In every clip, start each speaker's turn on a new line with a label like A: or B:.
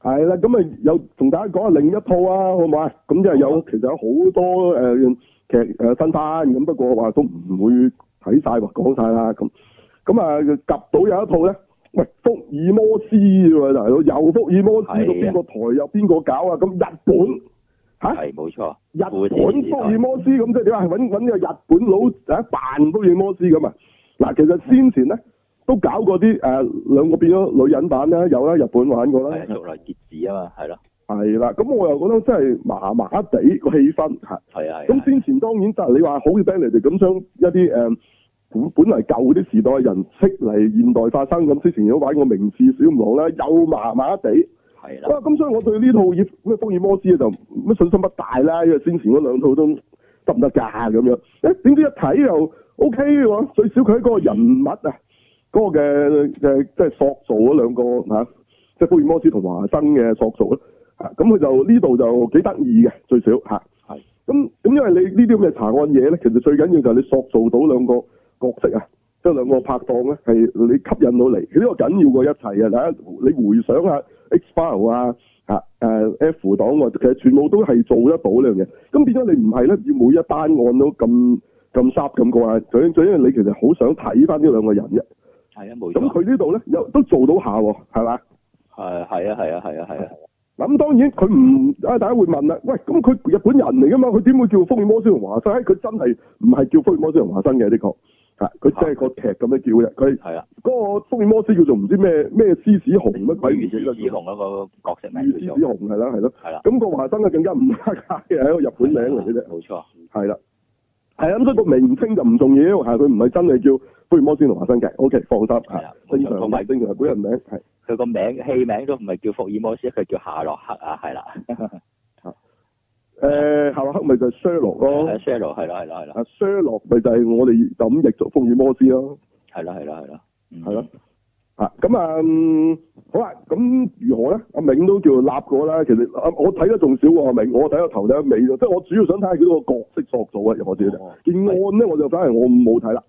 A: 係啦，咁啊有同大家講下另一套啊，好唔好啊？咁即係有其實有好多誒、呃、劇誒、呃、新番咁，不過話都唔會睇晒喎，講晒啦咁。咁啊夾到有一套咧，喂福爾摩斯喎大佬，又福爾摩斯
B: 啊
A: 到邊個台有邊個搞啊？咁日本嚇？
B: 係冇錯，
A: 日
B: 古典
A: 本
B: 時
A: 福爾
B: 代
A: 摩斯咁即係點啊？揾揾個日本佬啊扮福爾摩斯咁啊！嗱，其實先前咧都搞過啲誒、呃、兩個變咗女人版啦，有啦，日本玩過啦
B: 係，捉來結子啊嘛，係咯，
A: 係啦。咁我又覺得真係麻麻地個氣氛嚇。
B: 係啊，係啊
A: 咁先前當然就係你話好似 b a n 哋咁將一啲誒、呃本本嚟舊啲時代嘅人識嚟現代發生咁，之前都玩過明智小五郎啦，又麻麻地。
B: 係
A: 哇！
B: 啦，
A: 咁所以我對呢套嘢咩福爾摩斯就乜信心不大啦，因為先前嗰兩套都得唔得㗎咁樣。誒點知一睇又 O K 喎，最少佢喺嗰個人物啊，嗰、個嘅嘅即係塑造嗰兩個嚇、即係福爾摩斯同華啊生嘅塑造啦。啊咁佢就呢度就幾得意嘅，最少啊嚇。
B: 係
A: 咁咁因為你呢啲咁嘅查案嘢咧，其實最緊要就係你塑造到兩個角色啊，即係兩個拍檔咧，係你吸引到嚟，呢個緊要過一切嘅。大家你回想下 X File 啊，嚇誒 F 檔案，其實全部都係做得到呢樣嘢。咁變咗你唔係咧，要每一單案都咁咁 sharp 咁過啊。最最因為你其實好想睇翻呢兩個人嘅。
B: 係啊，冇
A: 咁
B: 錯，
A: 佢呢度咧又都做到下喎，係嘛？
B: 係係啊，係啊，係啊，係啊，
A: 嗱咁當然佢唔啊，大家會問啦，喂，咁佢日本人嚟噶嘛？佢點會叫福爾摩斯同華生？佢真係唔係叫福爾摩斯同華生嘅的確，嚇佢即係個劇咁樣叫嘅。佢
B: 係啊，
A: 嗰個福爾摩斯叫做唔知咩咩獅子熊乜鬼唔記
B: 如
A: 得
B: 子
A: 咗，
B: 紅嗰個角色名
A: 獅
B: 叫
A: 子
B: 做
A: 熊係啦係咯。
B: 係啦，
A: 咁個華生啊更加唔得嘅，係一個日本名嚟嘅啫。
B: 冇錯，
A: 係啦，係啊，咁所以個名稱就唔重要，係佢唔係真係叫福爾摩斯同華生嘅。O K，放心
B: 係
A: 嚇
B: 啦，
A: 正
B: 冇錯
A: 常
B: 同埋
A: 正常日本人名係。
B: 佢個名戲名都唔係叫福爾摩斯，佢叫夏洛克啊，係啦，
A: 誒，夏洛克咪就係 Sherlock 咯
B: 係。Sherlock 係啦，係啦，係啦，
A: 阿啊 Sherlock 咪就係我哋就咁譯做福爾摩斯咯，
B: 係啦，係啦，係啦，嗯
A: 係咯，嚇咁啊、嗯好啦，咁如何咧？阿銘都叫做立過啦，其實啊我睇得仲少喎，阿銘，我睇個頭睇得尾啫，即係我主要想睇下佢個角色塑造啊，由我自己睇
B: 哦
A: 件案咧我就反而我冇睇啦，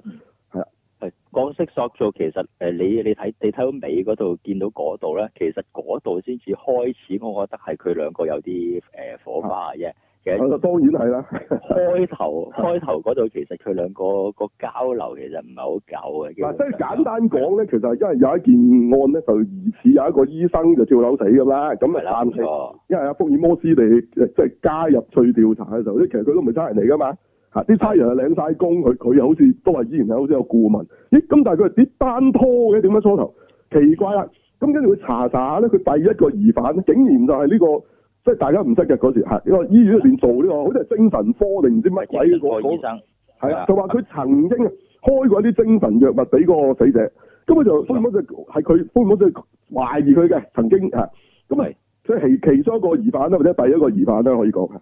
B: 係角色塑造其實誒、呃你你睇你睇到尾嗰度見到嗰度咧，其實嗰度先至開始，我覺得係佢兩個有啲誒、呃火花嘅啫。其
A: 啊
B: 實
A: 當然係啦，
B: 開頭開頭嗰度其實佢兩個個交流其實唔係好夠嘅。基
A: 嗱
B: 本
A: 即係
B: 上
A: 簡單講咧，其實因為有一件案咧就疑似有一個醫生就跳樓死咁啦，咁
B: 係啦，
A: 啊但
B: 冇
A: 係。
B: 錯，
A: 因為阿福爾摩斯哋即係加入去調查嘅時候，即係其實佢都唔係差人嚟噶嘛，嚇啲差人係領晒工，佢佢又好似都係依然係好似有顧問，咦咁但係佢係啲單拖嘅，點解初頭奇怪啦？咁跟住佢查查下咧，佢第一個疑犯咧，竟然就係呢、個即係大家唔識嘅嗰時嚇，因為醫院裏邊做呢、個好似係精神科定唔知乜鬼
B: 精神
A: 嗰
B: 科醫
A: 嗰
B: 生
A: 係啊，就話佢曾經啊開過一啲精神藥物俾嗰個死者，咁佢就福爾摩斯係啊佢福爾摩斯懷疑佢嘅曾經嚇，咁啊
B: 係。
A: 即係其其中一個疑犯啦，或者第一個疑犯啊啦，可以講係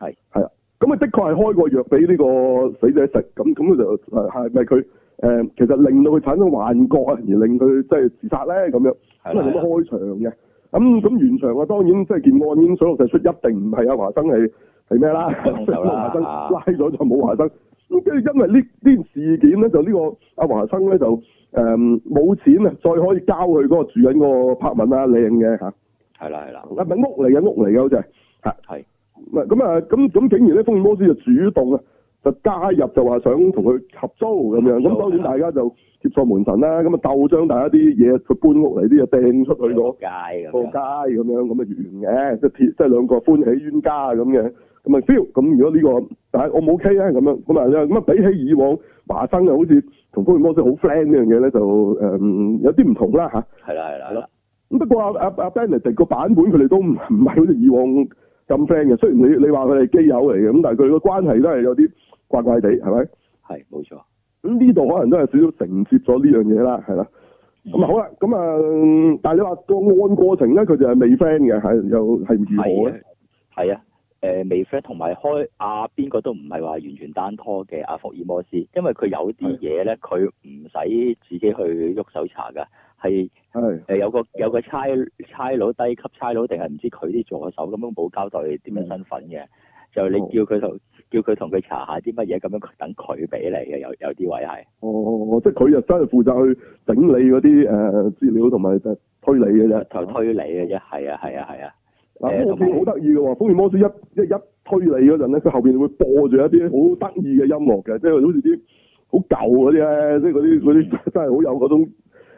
B: 係
A: 係啊。咁啊，的確係開過藥俾呢個死者食，咁咁佢就誒係咪佢誒其實令到佢產生幻覺啊，而令佢即係自殺咧咁樣，
B: 係
A: 咁啊咁
B: 啦係
A: 樣
B: 啦
A: 開場嘅。咁咁完場啊，當然即係件案已經水落石出，一定唔係阿華生係係咩啦，
B: 兇 手啦
A: 華生
B: 啊
A: 拉咗就冇華生。咁跟住因為呢呢件事件咧，就呢、個阿華生咧就誒冇、錢啊，再可以交去嗰個住緊嗰個柏文啦，靚嘅嚇。
B: 係啦係啦，
A: 啊，唔係屋嚟嘅，屋嚟嘅好似係，嚇
B: 係
A: 唔係咁啊，咁咁竟然咧，福爾摩斯就主動啊，就加入就話想同佢合租咁樣，
B: 合租
A: 咁當然
B: 係啦
A: 大家就接錯門神啦，咁啊鬥將大家啲嘢佢搬屋嚟啲嘢掟出去咗
B: 街咁
A: 個
B: 樣，
A: 街咁樣，咁啊完嘅，即係鐵即係兩個歡喜冤家咁嘅，咁啊 feel，咁如果呢、個但係我冇 K 啊咁樣，咁啊咁啊比起以往華生啊，好似同福爾摩斯好 friend 呢樣嘢咧，就誒、嗯有啲唔同啦嚇。
B: 係啦係啦係啦，
A: 咁不過阿阿阿 Benedict 個版本佢哋都唔唔係好似以往咁 friend 嘅，雖然你你話佢哋基友嚟嘅，咁但係佢哋個關係都係有啲怪怪地，係咪？
B: 係冇錯，
A: 咁呢度可能都係少少承接咗呢樣嘢啦，係啦。咁啊好啦，咁啊，嗯但係你話個案過程咧，佢哋係未 friend 嘅，係又係如何
B: 係
A: 咧
B: 啊？係啊。誒未 friend 同埋開阿邊個都唔係話完全單拖嘅阿福爾摩斯，因為佢有啲嘢咧，佢唔使自己去喐手查㗎，係
A: 係
B: 誒、有個有個差差佬低級差佬定係唔知佢啲助手咁樣冇交代點
A: 嗯
B: 樣身份嘅，就你
A: 哦
B: 叫佢同叫佢同佢查下啲乜嘢咁樣，等佢俾你嘅有
A: 啊
B: 有啲位係
A: 哦呃哦，即係佢就真係負責去整理嗰啲誒資料同埋誒推理嘅啫。
B: 就推理嘅啫，係啊係啊係啊，
A: 嗱，魔
B: 誒同埋
A: 片好得意嘅喎，福爾摩斯一一一推理嗰陣咧，佢後邊會播住一啲好得意嘅音樂嘅，即係好似啲好舊嗰啲咧，即係嗰啲嗰啲真係好有嗰種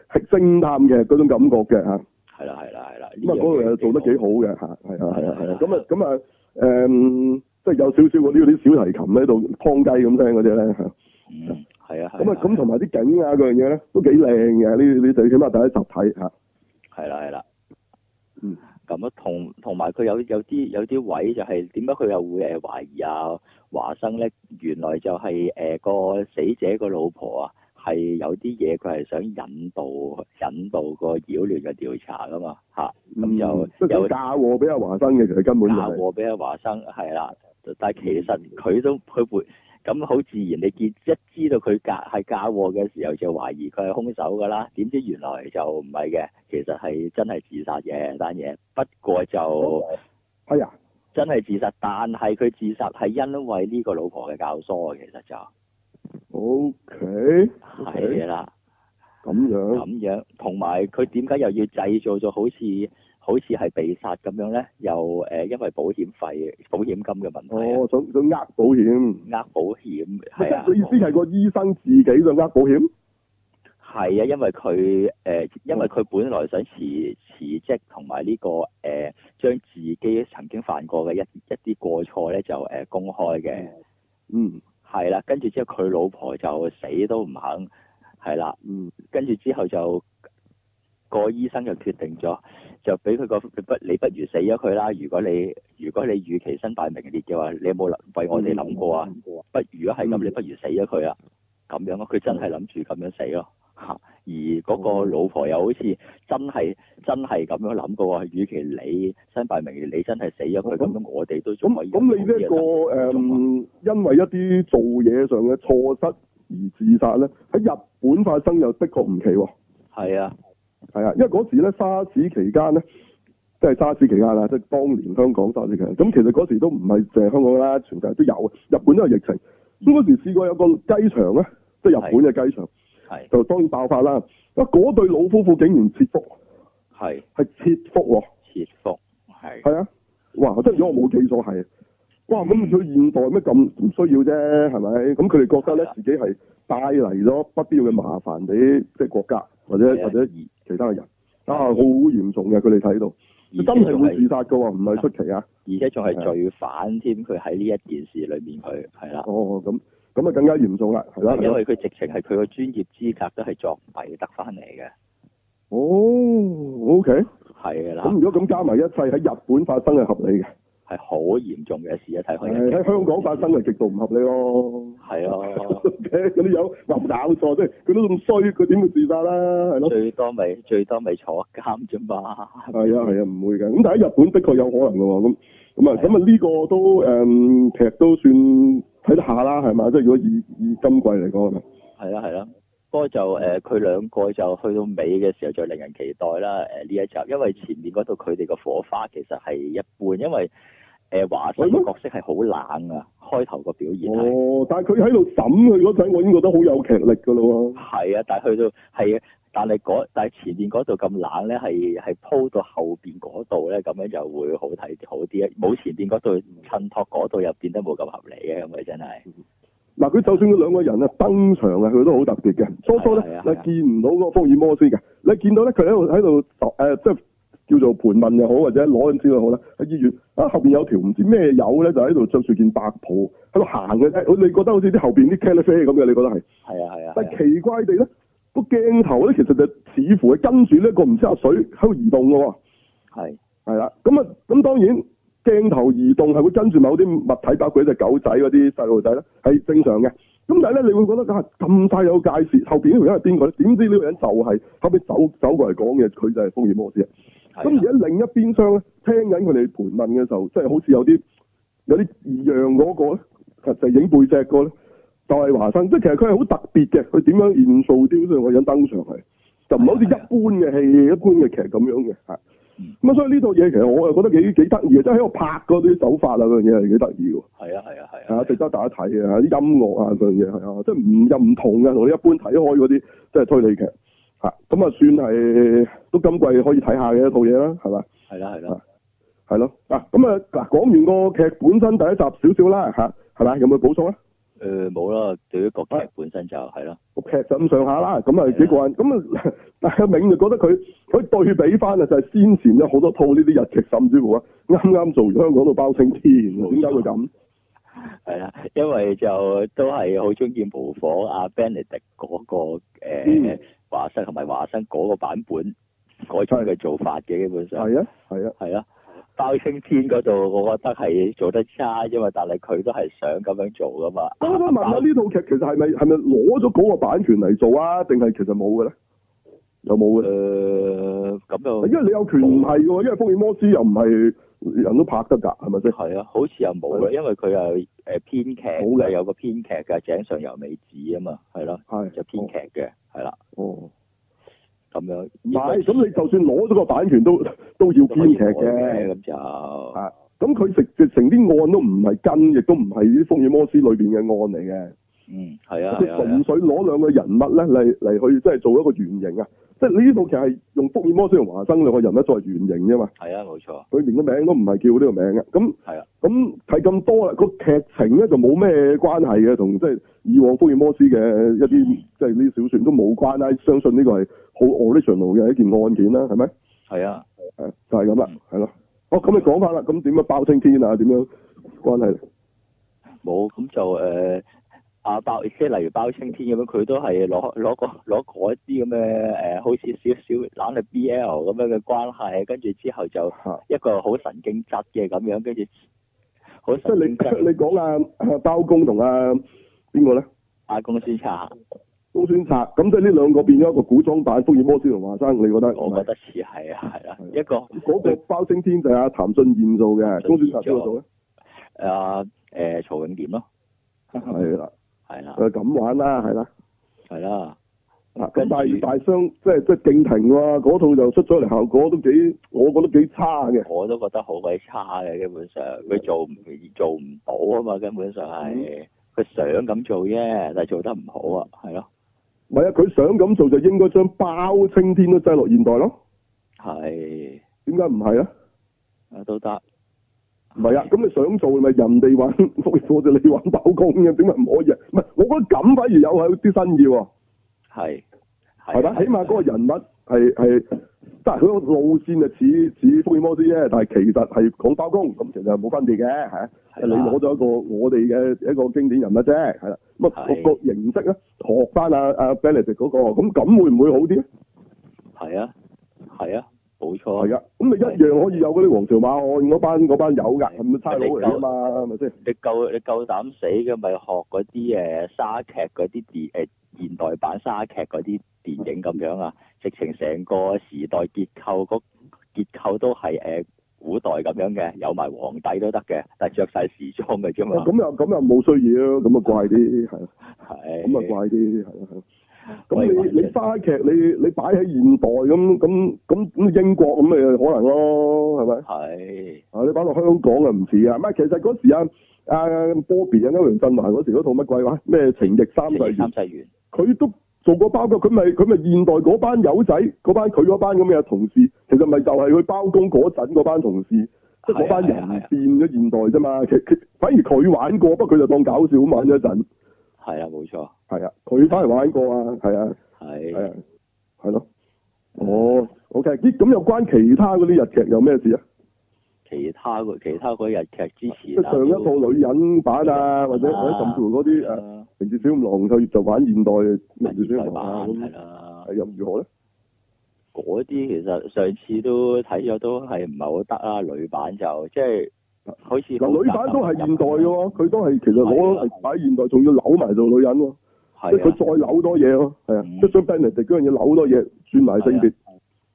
A: 係偵探嘅嗰種感覺嘅嚇。
B: 係啦係啦係啦，呢
A: 咁啊，
B: 樣
A: 嗰個又
B: 嘢
A: 做得幾好嘅嚇，係啊係啊係啊
B: 係啊。
A: 咁啊咁啊誒，即係有少少嗰啲嗰啲小提琴喺度劏雞咁聲嗰啲咧嚇。
B: 嗯，係啊係
A: 咁啊咁同埋
B: 埋
A: 啲景啊嗰樣嘢咧都幾靚嘅，呢呢最起碼第一集睇嚇。
B: 係啦係啦。
A: 嗯
B: 咁啊，同同埋佢有有啲有啲位就係點解佢又會誒懷疑啊華生咧？原來就係、誒、個死者個老婆啊，係有啲嘢佢係想引導引導個擾亂嘅調查噶嘛嚇，咁
A: 嗯
B: 就
A: 即係
B: 有
A: 嫁禍俾阿華生嘅，其實根本就
B: 嫁
A: 係。
B: 禍俾阿華生係啦，但係其實佢都佢會咁好自然，你見一知道佢嫁係嫁禍嘅時候就懷疑佢係兇手㗎啦，點知原來就唔係嘅，其實係真係自殺嘅單嘢，不過就。
A: 係啊。
B: 真係自殺，但係佢自殺係因為呢個老婆嘅教唆啊，其實就
A: O K，
B: 係啊啦，
A: 咁樣
B: 咁樣，同埋佢點解又要製造咗好似好似係被殺咁樣咧？又誒、呃因為保險費、保險金嘅問題啊，
A: 哦，想想呃保險，
B: 呃、保險
A: 即
B: 係
A: 係
B: 啊，
A: 你意思係個醫生自己想呃保險？
B: 係啊，因為佢誒、呃因為佢本來想辭辭職，同埋呢個誒、呃，將自己曾經犯過嘅一一啲過錯咧，就誒、呃公開嘅。
A: 嗯
B: 係啦，跟住之後佢老婆就死都唔肯，係啦，
A: 嗯，
B: 跟住之後就個醫生就決定咗，就俾佢個你不你不如死咗佢啦。如果你如果你預期身敗名裂嘅話，你有冇諗為我哋諗過啊？？不如果係咁，
A: 嗯
B: 你不如死咗佢啦。咁樣咯，佢真係諗住咁樣死咯
A: 嗯
B: 嚇。而嗰
A: 哦
B: 個老婆又好似真係真係咁樣諗嘅喎。與其你身敗名裂，你真係死咗佢，
A: 咁
B: 咁樣我哋都仲可
A: 咁
B: 以
A: 咁你呢一個誒，因為一啲做嘢上嘅錯失而自殺咧，喺日本發生又的確唔奇喎。
B: 係啊，
A: 係啊，因為嗰時咧沙士期間咧，即係沙士期間啦，啊即係當年香港沙士期間。咁其實嗰時都唔係淨係香港啦，全世界都有嘅，日本都有疫情。咁嗰時試過有個雞場咧，即係日本嘅雞場，
B: 係
A: 就當然爆發啦。啊，嗰對老夫婦竟然切腹，
B: 係
A: 係切腹喎，
B: 切腹係。
A: 係啊，哇！即係如果我冇記錯係，哇！咁佢現代咩咁唔需要啫，係咪？咁佢哋覺得
B: 係
A: 咧
B: 啊
A: 自己係帶嚟咗不必要嘅麻煩俾即係國家或者
B: 係啊
A: 或者
B: 而
A: 其他嘅人啊，好嚴重嘅，佢哋睇到。
B: 而且
A: 真係
B: 仲
A: 會自
B: 係，
A: 殺嘅喎，唔係出奇啊！
B: 而且仲係罪犯添。佢喺呢一件事裏面，佢係啦，
A: 哦，咁咁啊更加嚴重啦，係啦，係
B: 因
A: 啦
B: 為佢直情係佢個專業資格都係作弊得翻嚟嘅，
A: 哦，OK，哦
B: 係啦，
A: 咁如果咁加埋一切喺日本發生係合理嘅，
B: 係好嚴重嘅事啊！睇開
A: 係喺香港發生係極度唔合理咯。
B: 係啊咯，
A: 嗰啲有冇搞錯啫？佢都咁衰，佢點會自殺啦？係咯，
B: 最多咪最多咪坐監啫嘛，
A: 係啊係啊，唔會嘅。咁但喺日本的確有可能嘅喎，咁咁啊咁
B: 係
A: 啊呢個都誒劇都算睇得下啦，係嘛？即係如果以以今季嚟講係咪？
B: 係啦係啦。不過就誒，佢、兩個就去到尾嘅時候就令人期待啦。誒、呃呢一集，因為前面嗰度佢哋個火花其實係一般，因為誒華生個角色係好冷啊，開頭個表現係。
A: 哦，但係佢喺度審佢嗰陣，我已經覺得好有劇力㗎咯喎。
B: 係啊，但係去到係，但係嗰但係前面嗰度咁冷咧，係係鋪到後邊嗰度咧，咁樣就會好睇好啲啊！冇前面嗰度襯托嗰度又變得冇咁合理啊嘅，咁佢真
A: 嗯
B: 係
A: 嗱，佢就算佢兩個人啊登場啊，佢都好特別嘅。初初
B: 係
A: 咧
B: 啊，係
A: 你
B: 啊
A: 見唔到嗰個福爾摩斯嘅，你見到咧佢喺度喺度誒，即係叫做盤問又好，或者攞緊資料好啦。喺醫院啊，後邊有條唔知咩友咧，就喺度着住件白袍喺度行嘅啫。你覺得好似啲後邊啲茄喱啡咁嘅，你覺得係？
B: 係啊係啊
A: 但
B: 係啊，
A: 奇怪地咧，個鏡頭咧其實就似乎係跟住呢個唔知阿水喺度移動嘅喎。
B: 係
A: 係啦，咁啊，咁當然鏡頭移動係會跟住某啲物體，包括一隻狗仔嗰啲細路仔咧，係正常嘅。咁但係咧，你會覺得啊咁快有界線，後邊呢條人係邊個咧？點知呢個人就係、後邊走走過嚟講嘅，佢就係福爾摩斯啊。咁
B: 係
A: 而喺另一邊廂咧，聽緊佢哋盤問嘅時候，即係好似有啲有啲異樣嗰個咧，就就係影背脊個咧，就係、華生。即係其實佢係好特別嘅，佢點樣 introduce 呢個人登場係，就唔係好似一般嘅戲、一般嘅劇咁樣嘅嚇。咁啊，所以呢套嘢其實我又覺得幾幾得意嘅，即係喺度拍嗰啲手法啊嗰樣嘢係幾得意喎，
B: 係啊係啊係
A: 係啊，
B: 啊
A: 值得大家睇嘅嚇，啲音樂啊嗰樣嘢係啊，即係唔又唔同嘅，同你一般睇開嗰啲即係推理劇嚇。嚇咁啊算係都今季可以睇下嘅一套嘢啦，係嘛？
B: 係啦係
A: 啊
B: 啦，
A: 係咯，嗱咁啊嗱講完個劇本身第一集少少啦嚇，係咪？有冇補充啊？
B: 誒冇啦，對於個劇本身就係咯，
A: 個劇就咁上下啦，咁啊幾個人，咁啊 但係阿銘就覺得佢佢對比翻啊，就係先前有好多套呢啲日劇，甚至乎啊啱啱做完香港到包青天，點解會咁？
B: 係啦，因為就都係好中意模仿阿 Benedict 嗰、個誒、
A: 嗯
B: 華生同埋華生嗰個版本嗰種嘅做法嘅，基本上
A: 係啊係啊，
B: 係啦。包青天嗰度，我覺得係做得差啫嘛，但係佢都係想咁樣做噶嘛。
A: 我想問下呢套劇其實啊係咪係咪攞咗嗰個版權嚟做啊？定係其實冇嘅咧？有冇嘅？
B: 誒咁又
A: 因為你有權唔係喎，因為福爾摩斯又唔係人都拍得㗎，係咪先？
B: 係啊，好似又冇
A: 係咯
B: 啦，因為佢係誒編劇
A: 冇嘅
B: 嘅，有個編劇嘅井上由美子啊嘛，係咯，
A: 係
B: 就編劇嘅，係啦，
A: 哦，
B: 咁樣。
A: 唔係咁你就算攞咗個版權都 都要編劇嘅。
B: 咁就
A: 啊，咁佢直直成啲案都唔係跟，亦都唔係啲福爾摩斯裏邊嘅案嚟嘅，
B: 嗯係啊
A: 佢
B: 係啊係
A: 純
B: 啊，
A: 粹攞兩個人物咧嚟嚟去即係做一個原型啊！即係呢套劇係用福爾摩斯同華生兩個人物作為原型啫嘛，
B: 係啊冇錯，
A: 佢連個名都唔係叫呢個名嘅。咁
B: 係啊
A: 咁睇咁多啦，個劇情咧就冇咩關係嘅，同即係以往福爾摩斯嘅一啲即係呢啲小説都冇關啦。相信呢個係好 original 嘅一件案件啦，係咪？
B: 係啊，
A: 係就係咁
B: 嗯
A: 啦，係咯。哦，咁你講翻啦，咁點樣包青天啊？點樣關係？
B: 冇咁就誒。啊包即係例如包青天咁樣，佢都係攞攞個攞嗰啲咁嘅誒，呃好似少少懶係 BL 咁樣嘅關係，跟住之後就
A: 嚇
B: 一個好神經質嘅咁樣，跟住好
A: 即係
B: 神
A: 你
B: 經 質
A: 你講啊包公同啊邊個咧？
B: 阿公孫策，
A: 公孫策咁即係呢兩個變咗一個古裝版福爾摩斯同華生，你覺得？
B: 我覺得似係啊，係啦
A: 係啊，
B: 一個
A: 嗰個包青天就係阿譚俊彥做嘅，公孫策邊個做咧？
B: 啊誒曹永廉咯，啊
A: 係啦，
B: 係啦，
A: 誒咁玩啦，係啦。
B: 係啦，
A: 啊！咁
B: 跟住
A: 但係大商即係即係敬亭喎，嗰套就出咗嚟效果都幾，我覺得幾差嘅。
B: 我都覺得好鬼差嘅，基本上佢做唔做唔到啊嘛，根本上
A: 嗯
B: 係佢想咁做啫，但係做得唔好啊，係咯，
A: 唔係啊，佢想咁做就應該將包青天都擠落現代咯。
B: 係
A: 點解唔係啊？
B: 啊都得，
A: 唔係啊，咁你想做咪人哋玩 福爾摩斯，你玩包公嘅，點解唔可以啊？唔係，我覺得咁反而有係啲新意喎。
B: 係啊
A: 係咪？起碼嗰個人物係係，即係佢個路線就似似福爾摩斯啫，但係其實係講包公，咁其實係冇分別嘅，係啊
B: 係
A: 你
B: 啦
A: 攞咗一個我哋嘅一個經典人物啫，係啦。咁啊
B: 係
A: 個個形式咧，學翻阿阿啊 Benedict 嗰個，咁咁會唔會好啲咧？
B: 係啊係啊冇錯
A: 係，噶，咁你一樣可以有嗰啲皇朝馬漢嗰班嗰班友㗎，咁啊差佬嚟㗎嘛，係咪先？
B: 你夠你夠膽死嘅咪學嗰啲誒沙劇嗰啲電誒現代版沙劇嗰啲電影咁樣啊，直情成個時代結構個結構都係誒、呃古代咁樣嘅，有埋皇帝都得嘅，但係着晒時裝嘅啫嘛，
A: 哦咁又咁又冇需要，咁啊怪啲係啊。
B: 係
A: 咁啊怪啲，係啊係啊。咁
B: 喂
A: 你你花劇你你擺喺現代咁咁咁咁英國咁咪可能咯，係咪？
B: 係
A: 啊，你擺落香港啊唔似啊，唔係其實嗰時啊啊 Bobby 啊歐陽震華嗰時嗰套乜鬼話咩情逆啊三世
B: 四
A: 緣
B: 三，世元
A: 佢都做過包括佢咪佢咪現代嗰班友仔嗰班佢嗰班咁嘅同事，其實咪就係佢包工嗰陣嗰班同事。即係嗰班人
B: 係啊係啊
A: 變咗現代啫嘛，其其反而佢玩過，不過佢就當搞笑咁玩咗一陣，
B: 係啦，冇錯，
A: 係啊，佢翻嚟玩過啊，係啊，係
B: 係
A: 啊，係咯。哦，OK，咦，咁有關其他嗰啲日劇有咩事啊？
B: 其他嗰其他嗰日劇之
A: 即
B: 前
A: 係
B: 啊
A: 上一套女人版啊，或者或者甚至乎嗰啲誒《
B: 啊
A: 明治小五郎》就就玩現代《明治
B: 現
A: 小
B: 代
A: 五郎啊
B: 版》係
A: 咁，
B: 啦。
A: 係又如何咧？
B: 嗰啲其實上次都睇咗都係唔係好得啦，女版就即係好似
A: 嗱，女版都係現代嘅
B: 喎，
A: 喎，佢都係其實攞係擺現代，仲要扭埋做女人喎，即係啊佢
B: 係啊
A: 再扭多嘢喎，係啊，
B: 嗯
A: 即係將 Benedict 嗰樣嘢扭多嘢，轉埋性別，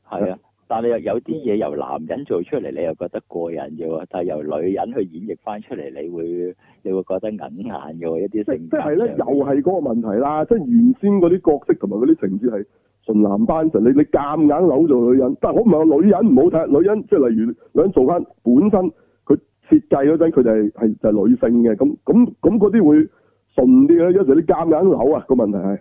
B: 啊係啊，但係又有啲嘢由男人做出嚟，你又覺得過癮嘅喎，但係由女人去演繹翻出嚟，你會你會覺得揞眼嘅喎，一
A: 即
B: 啲性
A: 即
B: 格
A: 係啊咧
B: 上
A: 又係嗰個問題啦，即係原先嗰啲角色同埋嗰啲情節係。純男班神，你你夾硬扭做女人，但係我唔係話女人唔好睇，女人即係例如女人做翻本身佢設計嗰陣佢就係係就係女性嘅，咁咁咁嗰啲會順啲嘅，有時你夾硬扭啊個問題係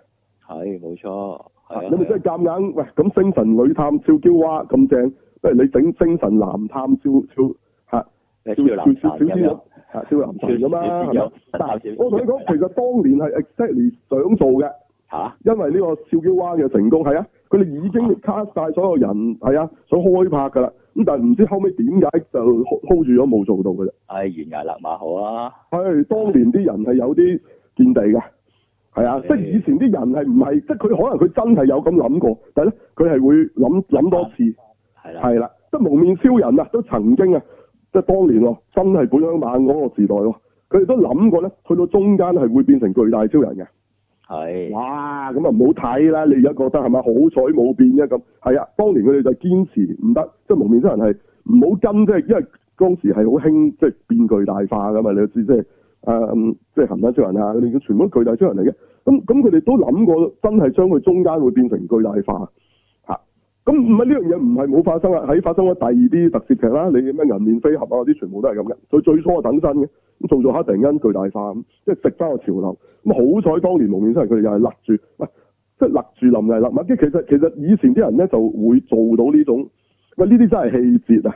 B: 係冇錯，係啊
A: 你咪真係夾硬喂咁星神女探照嬌娃咁正，不如你整星神男探照照嚇
B: 你
A: 照
B: 超
A: 照
B: 男
A: 照少
B: 神咁
A: 啲
B: 樣
A: 咯，嚇少男神咁啦，係
B: 有
A: 咪但係我同你講，其實當年係 exactly 想做嘅，
B: 嚇
A: 因為呢個照嬌娃嘅成功係啊，佢哋已經 cast 晒所有人係啊，想開拍㗎啦，咁但係唔知後尾點解就 hold 住咗冇做到㗎啫。
B: 唉懸崖勒馬好啊，
A: 係當年啲人係有啲見地嘅，係啊，
B: 嗯
A: 即係以前啲人係唔係，即係佢可能佢真係有咁諗過，但係咧佢係會諗諗多次，
B: 係啦，
A: 係啦，即係蒙面超人啊，都曾經啊，即係當年喎，真係本鄉猛嗰個時代喎，佢哋都諗過咧，去到中間係會變成巨大超人嘅，
B: 係
A: 哇，咁啊唔好睇啦，你而家覺得係咪好彩冇變啫咁？係啊，當年佢哋就堅持唔得，即係蒙面超人係唔好跟，即係因為當時係好興即係變巨大化噶嘛，你都知即係誒嗯即係鹹蛋超人啊，佢哋全部都巨大超人嚟嘅。咁咁佢哋都諗過，真係將佢中間會變成巨大化嚇。咁唔係呢樣嘢唔係冇發生啊，喺發生咗第二啲特攝劇啦，你咩銀面飛俠啊嗰啲全部都係咁嘅。佢最初係等身嘅，咁做做下突然間巨大化咁，即係食翻個潮流。咁好彩當年蒙面超人佢哋又係勒住，喂，即係勒住林嚟勒物。即係其實其實以前啲人咧就會做到呢種，喂呢啲真係氣節啊！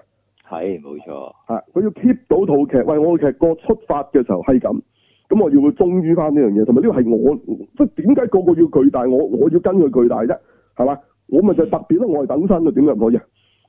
B: 係冇錯，
A: 啊！佢要 keep 到套劇，喂，我個劇個出發嘅時候係咁，咁我要忠於翻呢樣嘢，同埋呢個係我，即係點解個個要巨大，我我要跟佢巨大啫，係嘛？我咪就係特別咯，我係等身嘅，點解唔可以啊？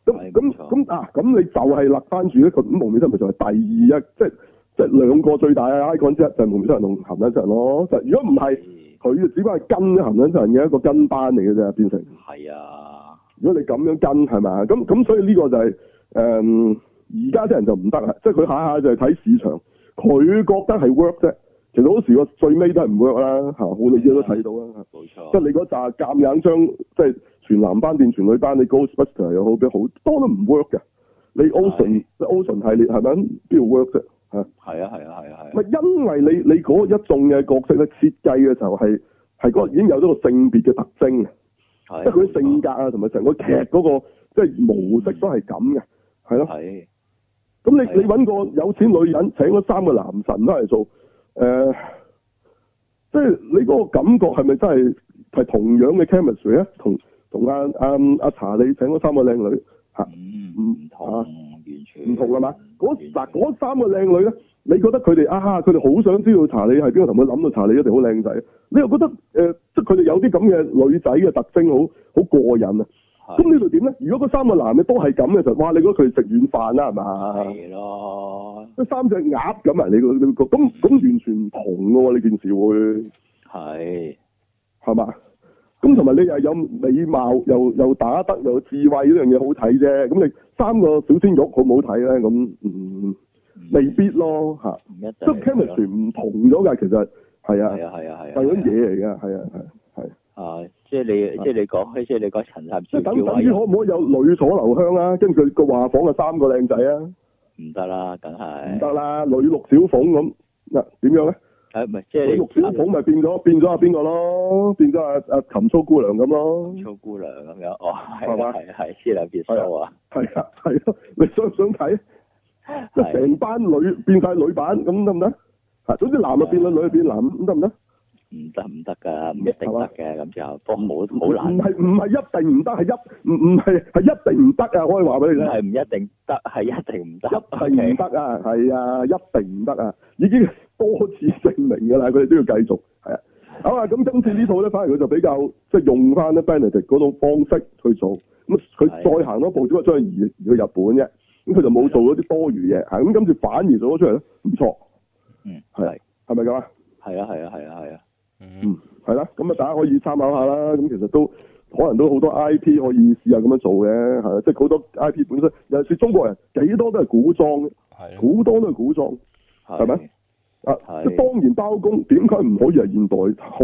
A: 咁
B: 係
A: 咁
B: 冇錯
A: 咁啊！咁你就係勒翻住咧，佢咁蒙面超人咪就係第二啊，即係即係兩個最大嘅 icon 之一就係蒙面超人同鹹蛋超人咯。就如果唔係，佢就只不過係跟咗鹹蛋超人嘅一個跟班嚟嘅啫，變成。
B: 係啊，
A: 如果你咁樣跟係咪啊？咁咁所以呢個就係、誒而家啲人就唔得啦，即係佢下下就係睇市場，佢覺得係 work 啫。其實好多時個最尾都係唔 work 啦，嚇好多嘢都睇到啦。
B: 冇
A: 即係
B: 錯，
A: 你嗰扎夾硬將即係全男班變全女班，你 Ghostbuster 又好，比好多都唔 work 嘅。你 Ocean 即係 Ocean 系列係咪邊度 work 啫？嚇、
B: 係啊係啊係啊係
A: 咪
B: 啊，
A: 因為你你嗰一眾嘅角色咧設計嘅時候係係嗰個已經有咗個性別嘅特徵嘅。
B: 係
A: 即係佢啲性格啊，同埋成個劇嗰、個即係模式都係咁嘅，係咯。
B: 係
A: 咁
B: 係
A: 你
B: 啊
A: 你揾個有錢女人請嗰三個男神翻嚟做，誒、呃即係你嗰個感覺係咪真係係同樣嘅 chemistry 咧？同同阿阿阿查理請嗰三個靚女嚇
B: 嗯唔同，
A: 啊
B: 完全
A: 唔同係嘛？嗰嗱
B: 完全
A: 嗰三個靚女咧，你覺得佢哋啊，佢哋好想知道查理係邊個，同佢諗到查理一定好靚仔。你又覺得誒、呃即係佢哋有啲咁嘅女仔嘅特徵，好好過癮啊！
B: 係
A: 咁呢度點咧？如果嗰三個男嘅都係咁嘅時候，哇！你覺得佢哋食軟飯啦係嘛？
B: 係咯，
A: 嗰三隻鴨咁啊！你個你個咁咁完全唔同嘅喎，你件事會
B: 係
A: 係嘛？咁同埋你又有美貌，又又打得，又有智慧呢樣嘢好睇啫。咁你三個小鮮肉好唔好睇咧？咁嗯，未必咯嚇。
B: 唔一定
A: 即係 chemistry 唔同咗㗎，其實係啊，
B: 係啊係啊係啊，
A: 係嗰啲嘢嚟㗎，係啊係啊係啊。
B: 啊，即係你即係你講開，即係你講陳立
A: 啊即係
B: 照
A: 等
B: 叫
A: 等於可
B: 位
A: 唔可以有女楚留香啊？跟住佢個畫房啊，三個靚仔啊！
B: 唔得啦，梗係
A: 唔得，啦，女陸小鳳咁嗱點樣咧？
B: 誒唔係即
A: 女
B: 係
A: 陸小
B: 你
A: 鳳咪變咗變咗阿邊個咯？變咗阿阿琴蘇姑娘咁咯？
B: 粗姑娘咁樣，哦係
A: 係嘛
B: 啊係啊係，黐兩撇須啊，
A: 係啊係啊，你想唔想睇？即係
B: 係
A: 成班女變晒女版咁得唔得？啊，總之男就變女，女就變男，咁得唔得？
B: 唔得唔得㗎，唔一定得嘅咁就，不過冇冇
A: 唔
B: 難，
A: 係唔係一定唔得，係一唔唔係係一定唔得啊！我可以話俾你
B: 唔
A: 聽，
B: 係唔一定得，係一定唔得，
A: 一定唔得啊！係啊，一定唔得啊！已經多次證明㗎啦，佢哋都要繼續係啊。好啊，咁今次呢套咧，反而佢就比較即係用翻咧 Benedict 嗰種方式去做，咁佢
B: 係
A: 再行多步，只不過將佢移移去日本啫。咁佢就冇做嗰啲多餘嘢，係咁今次反而做咗出嚟咧，唔錯，
B: 嗯
A: 係
B: 係
A: 係咪咁啊？
B: 係啊係啊係啊係啊，
A: 嗯，係啦，咁啊大家可以參考下啦。咁其實都可能都好多 I P 可以試下咁樣做嘅，係啊即係好多 I P 本身，尤其是中國人幾多都係古裝，
C: 係啊
A: 古裝都係古裝係咪？啊！
B: 係
A: 即係當然包公點解唔可以係現代？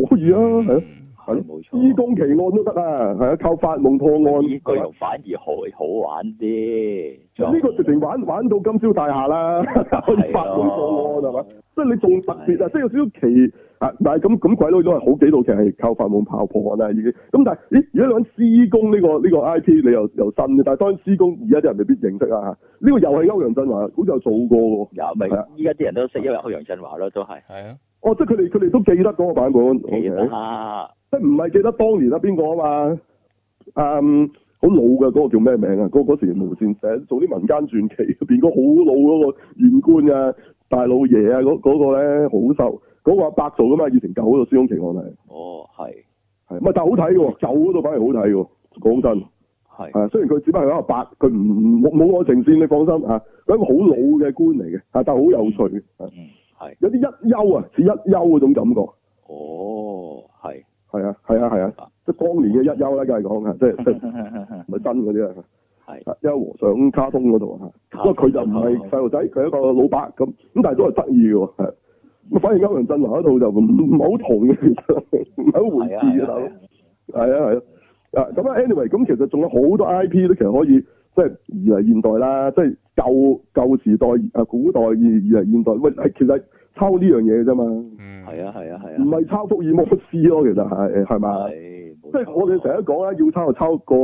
A: 可以啊，係啊。係
B: 係
A: 咯
B: 冇錯，
A: 醫公奇案都得啊，係啊，靠發夢破案。
B: 呢個又反而好好玩啲。
A: 呢個直情玩玩到金宵大廈啦，可以發夢破案係嘛？即係你仲特別啊，即係有少少奇啊！但係咁咁鬼佬都係好幾套劇係靠發夢炮破案啊啦已經。咁但係咦，如果你揾施工呢個呢個 I P，你又又新嘅，但係當然施工而家啲人未必認識啊。呢個又係歐陽振華，好似有做過喎。
B: 有咪
A: 係啊
B: 依家啲人都識，因為歐陽振華咯，都係
C: 係啊，
A: 哦，即係佢哋佢哋都記得嗰個版本。
B: 記
A: OK
B: 得啦，
A: 即係唔係記得當年啊邊個啊嘛？嗯，好老嘅嗰、個叫咩名啊？嗰嗰時無線寫做啲民間傳奇，入邊個好老嗰個縣官啊、大老爺啊嗰嗰、個咧好瘦，嗰、個阿伯做噶嘛，以前舊嗰度《孫中奇案》係
B: 哦，係
A: 係，唔係但係好睇嘅喎，舊嗰度反而好睇喎，講真。
B: 係
A: 啊，雖然佢只不過係一個白，佢唔冇冇愛情線，你放心啊，佢一個好老嘅官嚟嘅，啊，但係好有趣嘅，啊
B: 嗯係
A: 有啲一休啊，似一休嗰種感覺，
B: 哦 係
A: 係啊，係啊，係啊，即係當年嘅一休啦，梗係講啊，即係即係唔係真嗰啲啊，
B: 係
A: 啊一休和尚卡通嗰度啊，不過佢就唔係細路仔，佢係一個老伯咁，咁但係都係得意嘅喎，係咁反而歐陽震華嗰套就唔唔係好同嘅，其實唔係一回
B: 係啊
A: 事嘅大佬。係啊係啊，啊咁啊 anyway，咁其實仲有好多 I P 咧，其實可以即係移嚟現代啦，即係舊舊時代啊古代移移嚟現代，喂係其實抄呢樣嘢嘅啫嘛，唔
C: 嗯，
B: 係啊係啊係啊，
A: 係抄福爾摩斯咯，其實係係嘛，
B: 係
A: 即
B: 即
A: 係我哋成日講啦，要抄就抄個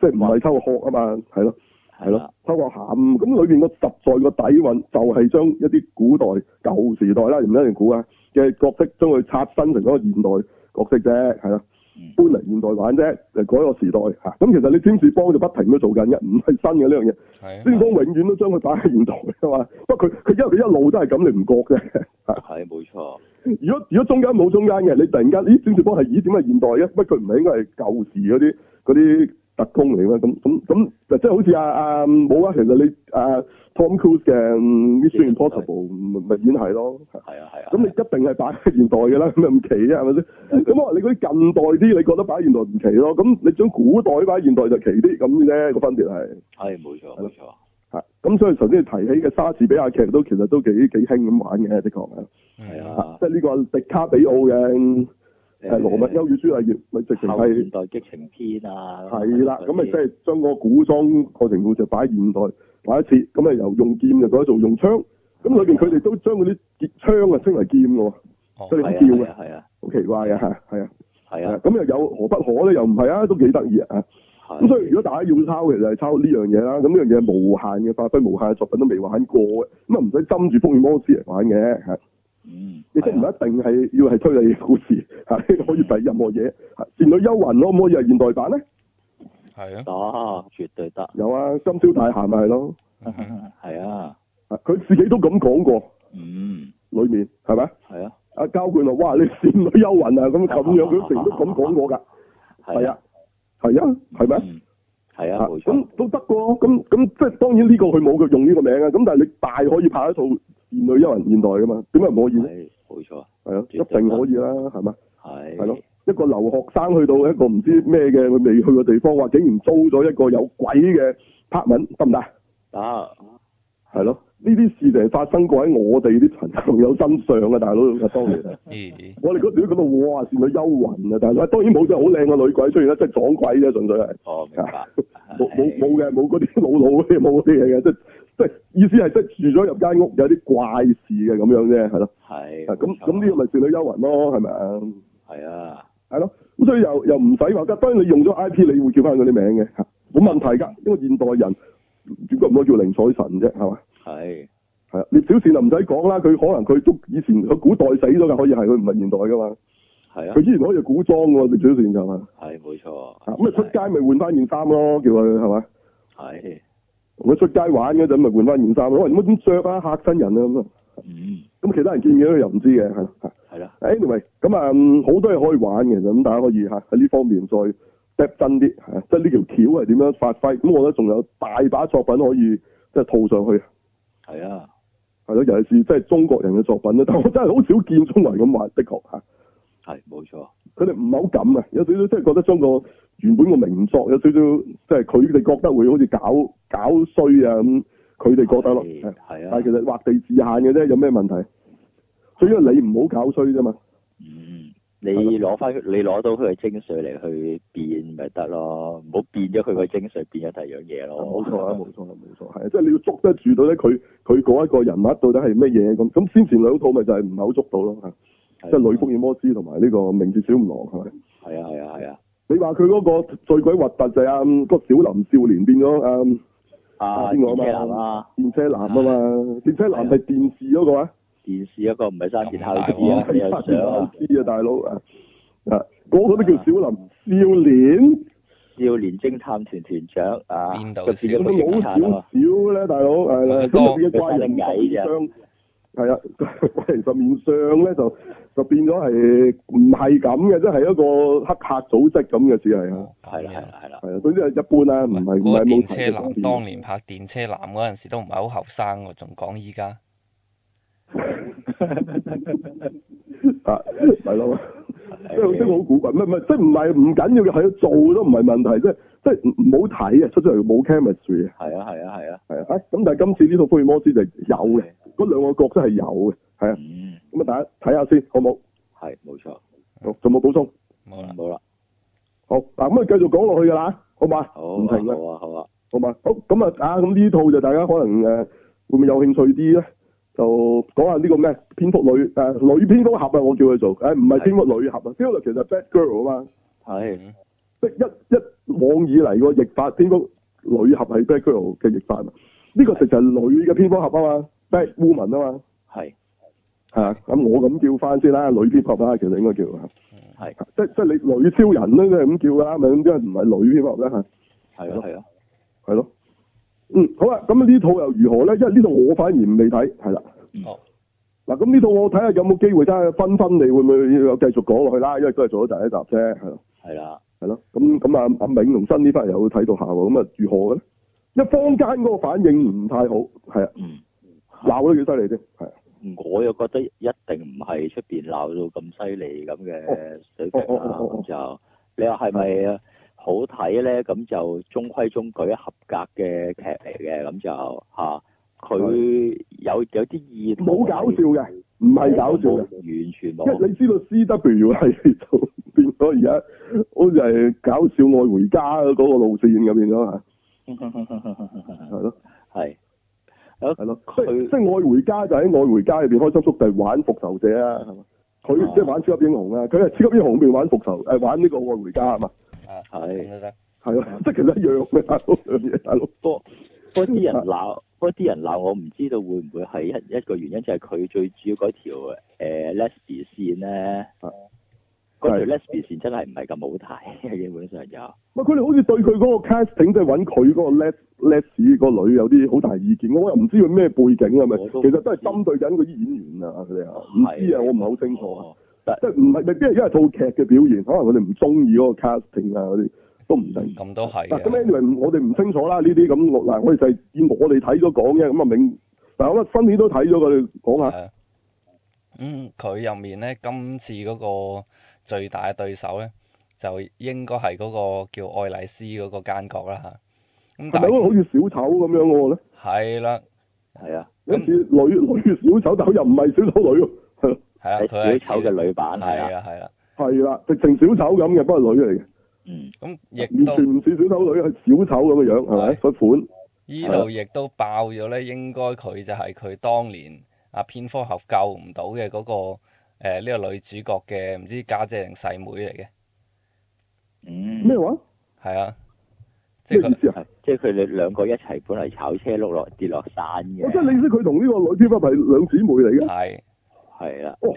A: 即係唔係抄個殼啊嘛，係咯係咯，抄個餡，咁裏邊個實在個底韻就係將一啲古代舊時代啦，唔一定古啊嘅角色將佢刷新成嗰個現代角色啫，係啦。
B: 嗯
A: 搬嚟現代玩啫，誒嗰個時代嚇。咁、其實你占士邦就不停都做緊嘅，唔係新嘅呢樣嘢。
C: 係啊
A: 占士邦永遠都將佢擺喺現代啊嘛。不過佢佢因為佢一路都係咁，你唔覺啫。
B: 係冇錯，
A: 如果如果中間冇中間嘅，你突然間咦占士邦係咦點係現代嘅？乜佢唔係應該係舊時嗰啲嗰啲特工嚟咩？咁咁咁就即係好似阿阿冇啊，其實你阿、啊 Tom Cruise 嘅嗯 Mission Impossible 咪咪演係咯。
B: 係啊係啊，
A: 咁你一定係擺喺現代嘅啦，咁 咪唔奇啫，係咪
B: 嗯
A: 先？咁我話你嗰啲近代啲，你覺得擺喺現代唔奇咯？咁你將古代擺喺現代就奇啲咁啫，個分別係
B: 啊係冇錯冇錯，
A: 嚇。咁所以頭先你提起嘅莎士比亞劇都其實都幾幾興咁玩嘅，的確係。
B: 係
C: 嗯
B: 啊
A: 即，係呢個迪卡比奧嘅嗯誒《羅密歐與朱麗葉》，咪直情
B: 後現
A: 係
B: 代激情片啊，
A: 係啦。咁咪即
B: 係
A: 係將個古裝過程故事擺喺現代擺一次，咁咪由用劍就改做用槍。咁裏邊佢哋都將嗰啲劍槍啊稱為劍嘅喎，
C: 哦
A: 所以好叫
B: 係
A: 嘅，
B: 啊係啊
A: 好奇怪嘅嚇，係啊。
B: 係
A: 係啊
B: 啊
A: 咁又有何不可咧？又唔係啊，都幾得意啊！
B: 係啊，
A: 咁所以如果大家要抄，其實係抄呢樣嘢啦。咁呢樣嘢係無限嘅發揮，無限嘅作品都未玩過嘅，咁啊唔使針住福爾摩斯嚟玩嘅嚇。
B: 嗯
A: 亦都唔一定係要係推理故事嚇，呢個可以係任 何嘢。嚇倩女幽魂可唔可以係現代版咧？
C: 係啊
B: 得，哦絕對得，
A: 有啊，金宵大廈咪係咯。
C: 嗯哼
B: 係啊，
A: 嚇佢自己都咁講過，
B: 嗯
A: 裡面係咪？
B: 係啊
A: 阿交冠話：哇！你倩女幽魂啊， 咁咁樣，佢成日都咁講過㗎。係啊，係啊，係咪啊？
B: 嗯係啊
A: 啊
B: 冇
A: 咁
B: 錯，
A: 都得個喎，咁咁即係當然呢個佢冇用呢個名啊，咁但係你大可以拍一套《現代幽人現代》噶嘛，點解唔可以咧？
B: 係冇錯，
A: 係啊咯，一
B: 絕對
A: 定可以啦，係嘛？
B: 係
A: 係咯，一個留學生去到一個唔知咩嘅佢未去過地方，話竟然租咗一個有鬼嘅拍文，得唔得啊？
B: 得
A: 係咯，呢啲事情係發生過喺我哋啲陳朋友身上啊，大佬啊，當年啊。
C: 咦，
A: 我哋嗰時都覺得哇，倩女幽魂啊！但係當然冇隻好靚啊嘅女鬼出現啦，即係撞鬼啫，純粹係。
B: 哦明白，
A: 冇啊冇冇嘅，冇嗰啲老老嗰啲，冇嗰啲嘢嘅，即即意思係即住咗入間屋有啲怪事嘅咁樣啫，係咯。
B: 係
A: 啊咁咁呢個咪倩女幽魂咯，係咪啊？
B: 個係啊
A: 係咯，咁所以又又唔使話㗎。當然你用咗 I P，你會叫翻嗰啲名嘅嚇，冇問題㗎。因為現代人點解唔可以叫寧采臣啫？係嘛？
B: 係
A: 係啊，聶小倩就唔使講啦，佢可能佢都以前佢古代死咗㗎，可以係佢唔係現代㗎嘛。
B: 係啊
A: 佢依然可以係古裝㗎喎，聶小倩就係嘛。
B: 係冇錯，
A: 啊咁啊出街咪換翻件衫咯，叫佢係嘛？
B: 係
A: 我出街玩嗰陣咪換翻件衫咯，喂，唔好點着啊，嚇親人啊咁啊，
B: 嗯
A: 咁其他人見唔見到佢又唔知嘅，係啦係
B: 係啦
A: Anyway，咁啊嗯好多嘢可以玩嘅，咁大家可以嚇喺呢方面再 step 真啲，係啊即係呢條橋係點樣發揮，咁我覺得仲有大把作品可以即係套上去，
B: 係啊
A: 係咯，尤其是即係中國人嘅作品啦，但我真係好少見中國人咁玩，的確啊嚇，
B: 係冇錯，
A: 佢哋唔係好敢啊，有少少即係覺得將個原本個名作有少少即係佢哋覺得會好似搞搞衰啊咁，佢哋覺得咯。係
B: 係係
A: 但係其
B: 啊，
A: 實劃地自限嘅啫，有咩問題？所以你唔好搞衰啫嘛。
B: 嗯。你攞翻佢，你攞到佢嘅精髓嚟去變咪得咯，唔好變咗佢個精髓，變咗第二樣嘢咯。
A: 冇錯啊，冇錯啊，冇錯，係啊即係你要捉得住到咧，佢佢嗰一個人物到底係咩嘢咁？咁先前兩套咪就係唔係好捉到咯，嚇
B: 係啊
A: 即係女福爾摩斯同埋呢個明智小五郎係咪？
B: 係啊係啊係啊，
A: 你話佢嗰個最鬼核突就係啊嗯個小林少年變咗啊嗯
B: 啊
A: 邊個啊嘛
B: 電車男
A: 電車男啊
B: 啊，
A: 嘛，電車男係電視嗰個啊，
B: 哦電視一個唔係三件後
C: 係
B: 事
C: 啊
B: 啊，你又
A: 電
B: 想啊
A: 視啊大佬啊，啊，嗰個都叫小林少年，
B: 少年偵探團團長啊，
C: 邊度
B: 佢
A: 咁
B: 變咗個
C: 少
B: 警
A: 樣
B: 察
A: 好
B: 啊
A: 少
B: 嘛，
A: 少咧，大佬係啦，咁
C: 當
A: 啊變咗怪人
B: 佢
A: 面相，係啊， 怪人十面相咧就就變咗係唔係咁嘅，即係一個黑客組織咁嘅，只係啊，
C: 哦咁
B: 係啦係
C: 樣
B: 啦係啦，
A: 係啊，總之係一般啦，唔係
C: 喂
A: 唔
C: 嗰
A: 係
C: 個
A: 冇
C: 電
A: 提
C: 車
A: 及
C: 男
A: 邊
C: 當年拍電車男嗰陣時都唔係好後生喎，仲講依家
A: 啊，係咯。即係即係好古怪，唔係唔係，即係唔係唔緊要嘅，係做都唔係問題，即係即係唔唔好睇啊，出咗嚟冇 chemistry 啊，
B: 係啊係啊係啊，
A: 係啊，咁但係今次呢套《福爾摩斯》就有嘅，嗰兩個角色係有嘅，係啊，
B: 嗯，
A: 咁啊大家睇下先，好冇？
B: 係冇錯，嗯
A: 好，仲冇補充？
C: 冇啦。
B: 冇啦，
A: 好，嗱咁啊繼續講落去㗎啦，好嘛？
B: 好
A: 唔
B: 啊
A: 停啦，
B: 好啊好啊，
A: 好嘛？好，咁啊啊咁呢套就大家可能誒、呃、會唔會有興趣啲咧？就講下呢個咩蝙蝠女誒、呃女蝙蝠俠啊，我叫佢做，誒唔係
B: 係
A: 蝙蝠女俠啊，蝙蝠女其實係 Bad Girl 啊嘛。
B: 係
C: 嗯
A: 即係一一往以嚟個譯法，蝙蝠女俠係 Black Girl 嘅譯法啊嘛？呢、個直就係女嘅蝙蝠俠啊嘛，Black Woman 啊嘛，
B: 係
A: 係啊，咁我咁叫翻先啦，女蝙蝠俠啦，其實應該叫啊，
B: 係
A: 即即係你女超人咧，都係咁叫㗎啦，咪咁點解唔係女蝙蝠俠咧嚇？
B: 係咯係咯，
A: 係咯，嗯，好啦，咁呢套又如何咧？因為呢套我反而唔未睇，係啦。
C: 哦，
A: 嗱，咁呢套我睇下有冇機會，睇下分分你會唔會有繼續講落去啦，因為都係做咗第一集啫，係咯。
B: 係啦，
A: 係咯，咁咁啊，阿銘同新呢班人有睇到下喎，咁啊如何嘅咧？因為坊間嗰個反應唔太好，係啊，
B: 嗯，
A: 鬧得幾犀利啫，係啊，
B: 我又覺得一定唔係出邊鬧到咁犀利咁嘅水平
A: 哦哦
B: 啦，
A: 哦哦
B: 咁就你話係咪好睇咧？咁就中規中矩合格嘅劇嚟嘅，咁就嚇佢有有啲意圖
A: 冇搞笑嘅，唔係搞笑嘅，
B: 完全
A: 因為
B: 冇，
A: 你知道 C W 係就 變咗而家好似係搞笑愛回家嗰個路線咁變咗啊嚇，係 咯
B: 係
A: 係咯，即
B: 佢
A: 即愛回家就喺愛回家入邊開心叔弟玩復仇者啊，係嘛？佢
B: 啊
A: 即係玩超級英雄啊，佢係超級英雄入邊玩復仇，誒玩呢個愛回家啊嘛，
C: 啊，
B: 係
C: 咁都得。
A: 係咯，即係其實一樣嘅大佬兩樣嘢，大佬。
B: 不過啲人鬧，不過啲人鬧我唔知道會唔會係一一個原因，就係佢最主要嗰條誒 lesbian 線咧
A: 係，
B: 嗰條 lesbian 線真係唔係咁好睇， 基本上就
A: 唔係佢哋好似對佢嗰個 casting 即係揾佢嗰個 les les 個女有啲好大意見，我又唔知佢咩背景啊係咪
B: 我，都唔
A: 其實都係針對緊嗰啲演員啊，佢哋啊，唔知啊，我唔係好清楚啊，
B: 哦但
A: 即係唔係未必係因為套劇嘅表現，可能佢哋唔中意嗰個 casting 啊嗰啲都唔定。
C: 咁都係啊
A: 嗱咁
C: 嘅。
A: anyway，我哋唔清楚啦，呢啲咁我嗱，我哋就係以我哋睇咗講啫，咁啊明。嗱，我覺得新年都睇咗佢哋講下，
C: 係啊嗯，佢入面咧，今次嗰個最大嘅對手咧，就應該係嗰個叫愛麗絲嗰個奸角啦嚇。咁
A: 係
C: 但
A: 咪嗰個
C: 係
A: 好似小丑咁樣嘅喎咧？
C: 係啦，
B: 係啊，
A: 有
C: 咁
A: 似女女小丑，但係又唔係小丑女喎，係咯
C: 係啊，
B: 係
C: 佢係
B: 小丑嘅女版係
C: 係
B: 啊，
C: 啊係啦。
A: 係啦，直情小丑咁嘅，不過係女嚟嘅。
B: 嗯，
C: 咁亦
A: 完
C: 都
A: 全唔似小丑女，係小丑咁嘅樣，係咪？
C: 係
A: 個款
C: 呢度亦都爆咗咧，應該佢就係佢當年阿蝙蝠俠救唔到嘅嗰個誒呢、個女主角嘅，唔知家姐定細妹嚟嘅，
B: 嗯
A: 咩話？
C: 係啊，即
A: 咩
C: 係
A: 意
C: 佢
A: 思啊？
B: 係即係佢哋兩個一齊本嚟炒車碌落跌落山嘅
A: 我，哦即係你意思佢同呢個女蝙蝠俠係兩姊妹嚟嘅？
C: 係
B: 係啦，
A: 哦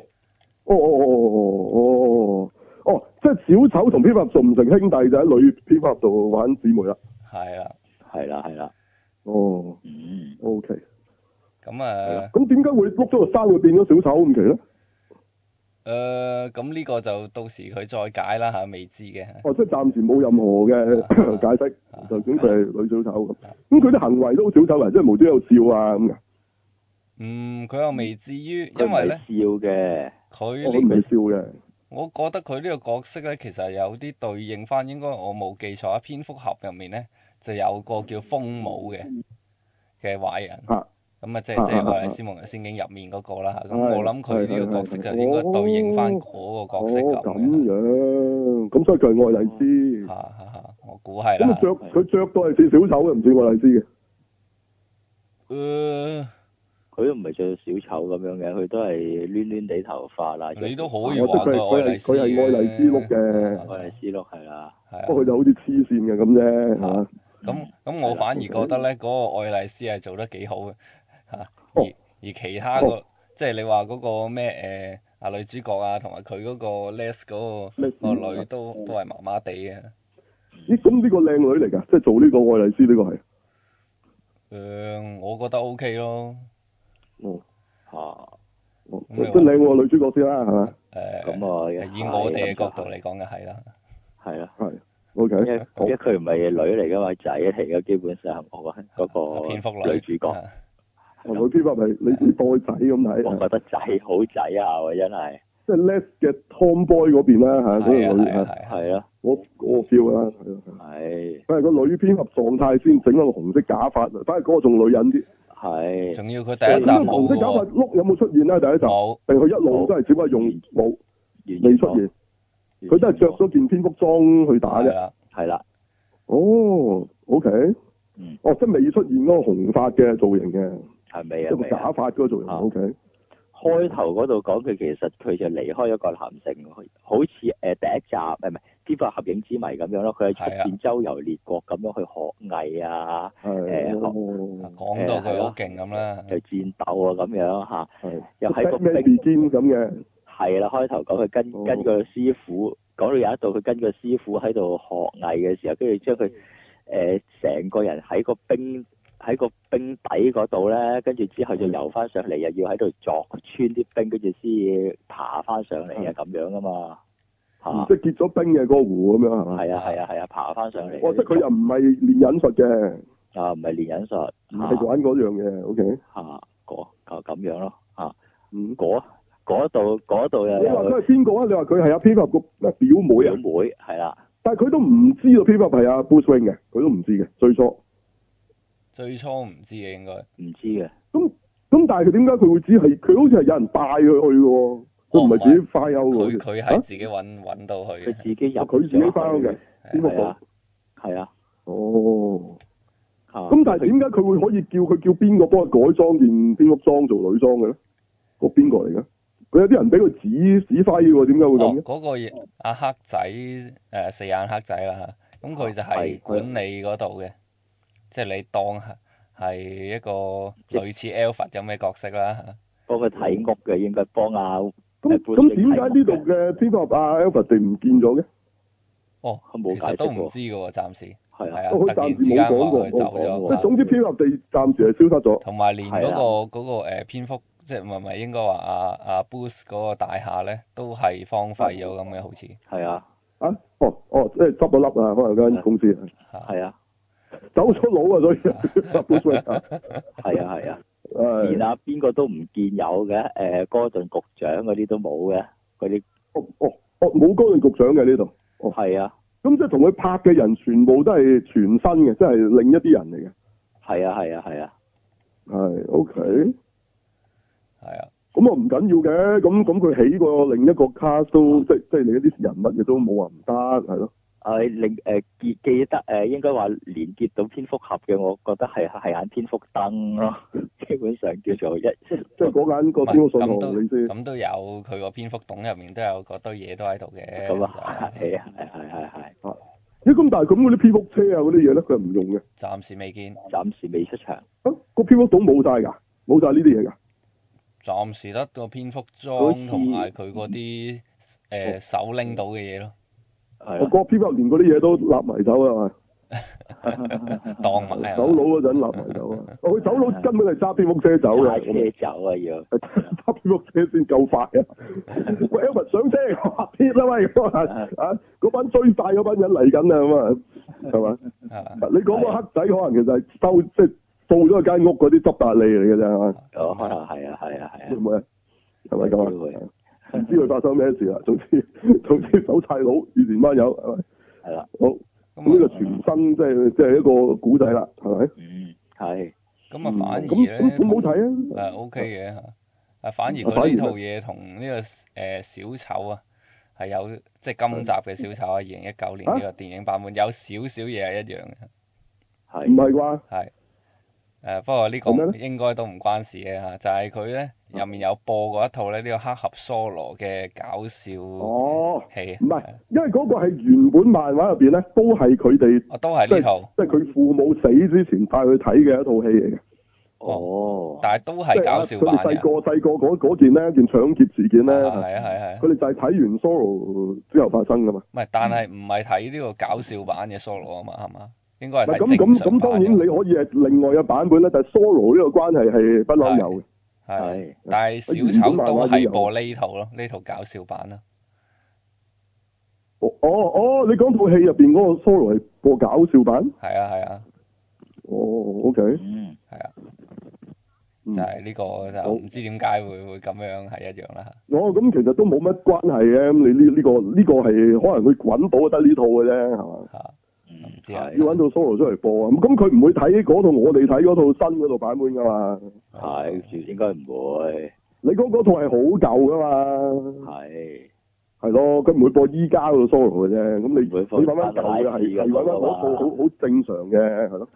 A: 哦哦哦哦哦哦，即係小丑同蝙蝠俠做唔成兄弟，就喺女蝙蝠俠度玩姊妹啦。
C: 係啦，
B: 係啦係啦，
A: 哦
B: 嗯，
A: ，OK。
C: 咁啊
A: 咁點解會碌咗個山會變咗小丑咁奇咧？
C: 誒咁呢個就到時佢再解啦嚇，未知嘅嚇
A: 哦，即係暫時冇任何嘅 解釋，就總佢係女小丑咁。咁佢啲行為都好小丑嚟，即係無端有笑啊咁嘅。
C: 嗯，佢又未至於，
B: 佢
C: 因為
B: 唔係
C: 咧
B: 笑嘅，
C: 佢
A: 我
C: 呢
A: 唔係笑嘅。
C: 我覺得佢呢個角色咧，其實有啲對應翻，應該我冇記錯啊，蝙蝠俠入面咧就有個叫風母嘅嘅壞人，
A: 啊
C: 咁啊即
A: 嗯啊
C: 係即係
A: 啊啊
C: 愛麗絲夢遊仙境入面嗰個啦嚇，咁
A: 係
C: 我諗佢呢個角色就應該對應翻嗰個角色
A: 哦，咁
C: 咁嘅
A: 樣，咁所以佢係愛麗絲
C: 嚇。嚇嚇，我估係
A: 咁
C: 啦
A: 佢着佢着到係似小丑嘅，唔似愛麗絲嘅。
C: 嚇，
B: 佢都唔係着小丑咁樣嘅，佢都係攣攣地頭髮啦，啊
C: 誒你都
A: 啊我
C: 可以
A: 即
C: 話
A: 係佢
C: 愛
A: 係佢
C: 麗絲啊
A: 係愛麗絲碌嘅，
B: 愛麗絲咯，係啦，
C: 係
A: 不過佢
C: 啊，
A: 就好似黐線嘅咁啫嚇。
C: 啊
B: 嗯
C: 咁咁
B: 哦
C: 我反而覺得咧嗰個愛麗絲係做得幾好嘅嚇，而而其他個即係你話嗰個咩誒啊女主角啊，同埋佢嗰個 Les 嗰、
A: Les
C: 個個
B: 嗯
C: 女都都係麻麻地嘅。誒、
A: 咦，咁呢個靚女嚟㗎，即係做呢個愛麗絲呢個係，
C: 我覺得 O K 咯。
A: 哦，
B: 嚇
A: 哦
C: 咁
A: 即
C: 你話
A: 係靚過女主角先啦，係嘛？
C: 誒、
B: 咁啊，
C: 以我哋嘅角度
B: 嚟，
C: 嚟講嘅係啦。
B: 係啊啦，
A: 係，O K，
B: 因為因為佢唔係女嚟噶嘛，仔嚟嘅基本上我覺得嗰個
C: 啊蝙蝠
B: 啊女主角，
C: 啊
A: 女主角哦係你你當佢仔咁
B: 我
A: 睇，
B: 覺得仔好仔啊，喎真係
A: 即係 Les 嘅 Tomboy 嗰邊啦嚇，嗰
C: 係
A: 個
C: 啊
A: 女
C: 係
A: 嚇，
C: 啊係啊。
B: 係咯，
A: 我我 feel 啦，係咯。
B: 係
A: 佢係個女蝙俠狀態先整嗰個紅色假髮，反而嗰個仲女人啲。
B: 係
C: 仲要佢
A: 咁
C: 第一集
A: 呢個
C: 冇
A: 紅色假
C: 喎
A: 髮，碌有冇出現咧？啊第一集
C: 冇
A: 定佢一路都係只不過用冇
B: 完
A: 未出現，佢都係着咗件蝙蝠裝去打
C: 係
A: 啫。
C: 啦，
B: 係啦，
A: 哦，OK，
B: 嗯
A: 哦，即係未出現嗰個紅髮嘅造型嘅，
B: 係咪
A: 即係
B: 啊？
A: 個
B: 未啊
A: 假髮嗰個造型。
B: 啊
A: OK，
B: 開頭嗰度講佢其實佢就離開咗個男性，好似誒、呃第一集誒唔係《蝙蝠俠影之謎》咁樣咯，佢喺出
C: 係啊
B: 邊周遊列國咁樣去學藝啊，
A: 係
B: 誒
A: 哦
C: 講到
B: 嗯係
C: 佢
B: 咯
C: 好勁咁啦。
B: 又戰鬥啊咁樣嚇，
A: 係
B: 又喺個
A: 咩邊咁嘅？
B: 係啦，開頭講佢跟
A: 哦
B: 跟個師傅，講到有一度佢跟個師傅喺度學藝嘅時候，跟住將佢誒成個人喺個冰喺個冰底嗰度咧，跟住之後
A: 嗯
B: 就游翻上嚟，又要喺度鑿穿啲冰，跟住先爬翻上嚟
A: 嗯
B: 啊咁樣噶嘛，嚇、
A: 即係結咗冰嘅嗰個湖咁樣係嘛？
B: 啊係啊係啊係啊，爬翻上嚟。
A: 哦，即係佢又唔係練忍術嘅，
B: 啊，唔係練忍術，
A: 唔係
B: 嚇
A: 玩嗰樣嘅。OK，
B: 嚇嗰咁咁樣咯，嚇
A: 嗯。
B: 嗰嗰度嗰度又
A: 你話
B: 有
A: 佢係邊個啊？你話佢係阿 p i p 個咩表妹
B: 表
A: 啊？
B: 妹係啦，
A: 但係佢都唔知道 p i p 係阿 Bruce Wayne 嘅，佢都唔知嘅最初。
C: 最初唔知嘅應該。
B: 唔知嘅，
A: 咁咁但係佢點解佢會知係？佢好似係有人帶佢去嘅喎，佢唔係自己快休
C: 哦
A: 嘅。
C: 佢佢
A: 啊
C: 係自己揾揾到佢
B: 佢
C: 嘅，
B: 自己入
A: 哦佢自己翻
B: 咗去
A: 嘅。蝙蝠
B: 係
A: 俠
B: 啊。，係啊，
A: 哦，
B: 咁
A: 咁但係點解佢會可以叫佢叫邊個幫佢改裝件蝙蝠裝做女裝嘅咧？個邊個嚟嘅？佢有啲人俾佢指指揮喎，點解會
C: 哦
A: 咁嘅？
C: 嗰個嘢阿黑仔誒四眼黑仔啦，咁佢就係
B: 係
C: 管理嗰度嘅，即係你當係係一個類似 Alfred 咁嘅角色啦。
B: 幫佢睇屋嘅，應該幫阿
A: 咁咁點解呢度嘅蝙蝠俠阿 Alfred 哋啊唔見咗嘅？
C: 哦，
B: 佢冇
C: 其
B: 解釋
C: 實都唔
B: 喎
C: 知嘅喎，暫時
B: 係
C: 係
B: 啊，
C: 啊，
A: 哦佢
C: 突然
A: 暫
C: 之
A: 時
C: 間
A: 冇
C: 話
A: 講過
C: 佢走
A: 即
C: 咗
A: 係
C: 啊，
A: 總之蝙蝠俠哋暫時係消失咗。
C: 同埋連
B: 係
C: 嗰
B: 啊
C: 個嗰個誒蝙蝠，即係唔係唔係應該話阿阿 Bruce 嗰個大廈咧，都係荒廢咗咁嘅，好似
B: 係啊，
A: 啊，哦哦，即係執咗粒啊，可能間公司
C: 嚇
B: 係啊，
A: 走咗佬啊， 所以 冇所謂啊
B: 係 啊，係啊，連
A: 誒，
B: 啊邊個都唔見有嘅，誒哥頓局長嗰啲都冇嘅，嗰啲
A: 哦哦哦，冇高潤局長嘅呢度，哦
B: 係啊，
A: 咁即係同佢拍嘅人全部都係全新嘅，即係另一啲人嚟嘅，
B: 係啊，係啊，係啊，
A: 係 OK，
C: 係啊，
A: 咁啊唔緊要嘅，咁咁佢起過另一個 cast 都即係即係你一啲人物嘅都冇話唔得，係咯，
B: 誒令啊誒記記得誒應該話連結到蝙蝠俠嘅，我覺得係係眼蝙蝠燈咯， 基本上叫做一
A: 即係嗰間個
C: 唔係
A: 邊個信
C: 咁都
A: 號你先，
C: 咁都有佢個蝙蝠洞入面都有嗰堆嘢都喺度嘅。
B: 咁啊，係啊，係係係係，
A: 咦咁但係咁嗰啲蝙蝠車啊嗰啲嘢咧，佢係唔用嘅，
C: 暫時未見，
B: 暫時未出場，
A: 啊個蝙蝠桶冇晒㗎，冇晒呢啲嘢㗎。
C: 暫時得個蝙蝠
B: 好似
C: 裝同埋佢嗰啲
A: 哦
C: 誒手拎到嘅 嘢咯，
B: 係
A: 我
B: 啊咯
A: 個 p p 連嗰啲嘢都立埋手啊，係
C: 當埋
A: 咪
C: 啊
A: 走佬嗰陣立埋手啊！哦佢走佬根本係揸蝙蝠車走
B: 揸
A: 嘅，
B: 車走 啊要。
A: 揸蝙蝠車先夠快啊！喂 e l v i 上車，哇撇啦喂！咁啊啊，嗰班追債嗰班人嚟緊啦咁啊，係嘛？
C: 啊
A: 你講個黑仔可能其實係收即係到咗間屋嗰啲執達利嚟嘅啫，係嘛？
B: 哦，可能係啊，係啊，係
A: 會
B: 啊，
A: 唔會啊？係咪
B: 有機會
A: 咁啊？唔知佢發生咩事啦，啊總之 總之走晒佬，以前班友係咪？
B: 係啦，
A: 好咁呢
C: 咁
A: 個
C: 啊
A: 全新即係即係一個古仔啦，係咪？
B: 嗯，係，
C: 咁啊反而
A: 嗯咁
C: 咧
A: 咁咁好睇啊！
C: 誒 OK 嘅嚇，啊反而
A: 反而
C: 佢
A: 咩
C: 呢套嘢同呢個誒小丑啊係有即係今集嘅小
A: 嗯
C: 丑啊，二零一九年呢個電影版本有少少嘢係一樣嘅，
A: 唔
B: 係，
A: 係啩？
C: 係誒不過呢個
A: 係咩
C: 應該都唔關事嘅嚇，就係佢咧
A: 啊
C: 入面有播過一套咧呢個黑俠 solo 嘅搞笑
A: 哦，
C: 戲，啊
A: 唔係，因為嗰個係原本漫畫入邊咧，都係佢哋
C: 我都係呢套。
A: 即係佢父母死之前帶佢睇嘅一套戲嚟嘅。啊
B: 哦，
C: 但係都係搞笑
A: 佢
C: 版
A: 哋細
C: 嘅，
A: 個細個嗰嗰件咧，件搶劫事件咧，
C: 係啊係啊係啊
A: 佢，哋就係睇完 Sorrow 之後發生噶嘛。
C: 唔係，但係唔係睇呢個搞笑版嘅 solo 啊嘛，係嘛？應該係
A: 唔係
C: 睇
A: 咁
C: 正
A: 咁
C: 常
A: 咁，當
C: 版
A: 然你可
C: 嘅。
A: 以係另外嘅版本咧，但係 Sorrow 呢個關係係不嬲有嘅。
C: 係，
B: 係
C: 啊但係小丑都係播呢套咯，呢套搞笑版啊啦。
A: 哦哦哦，你講套戲入邊嗰個 Sorrow 係播搞笑版？
C: 係啊係啊，
A: 哦，OK，
B: 嗯，
C: 係啊，就
A: 嗯
C: 係呢個就唔知點解會會咁樣係一樣啦。
A: 哦，咁其實都冇乜關係嘅。咁你呢呢個呢個係可能佢揾到得呢套嘅啫，係嘛？
C: 嚇，
B: 嗯
C: 唔知啊
A: 要揾到 Sorrow 出嚟播啊！咁咁佢唔會睇嗰套我哋睇嗰套新嗰套版本噶嘛？
B: 係，係應該唔會，
A: 你講嗰套係好舊噶嘛？
B: 係，
A: 係咯，佢唔會播依家嗰個 Sorrow 嘅啫。咁你
B: 唔會
A: 你
B: 放
A: 揾翻舊嘅係係揾翻
B: 啊
A: 嗰套好好正常嘅，係咯，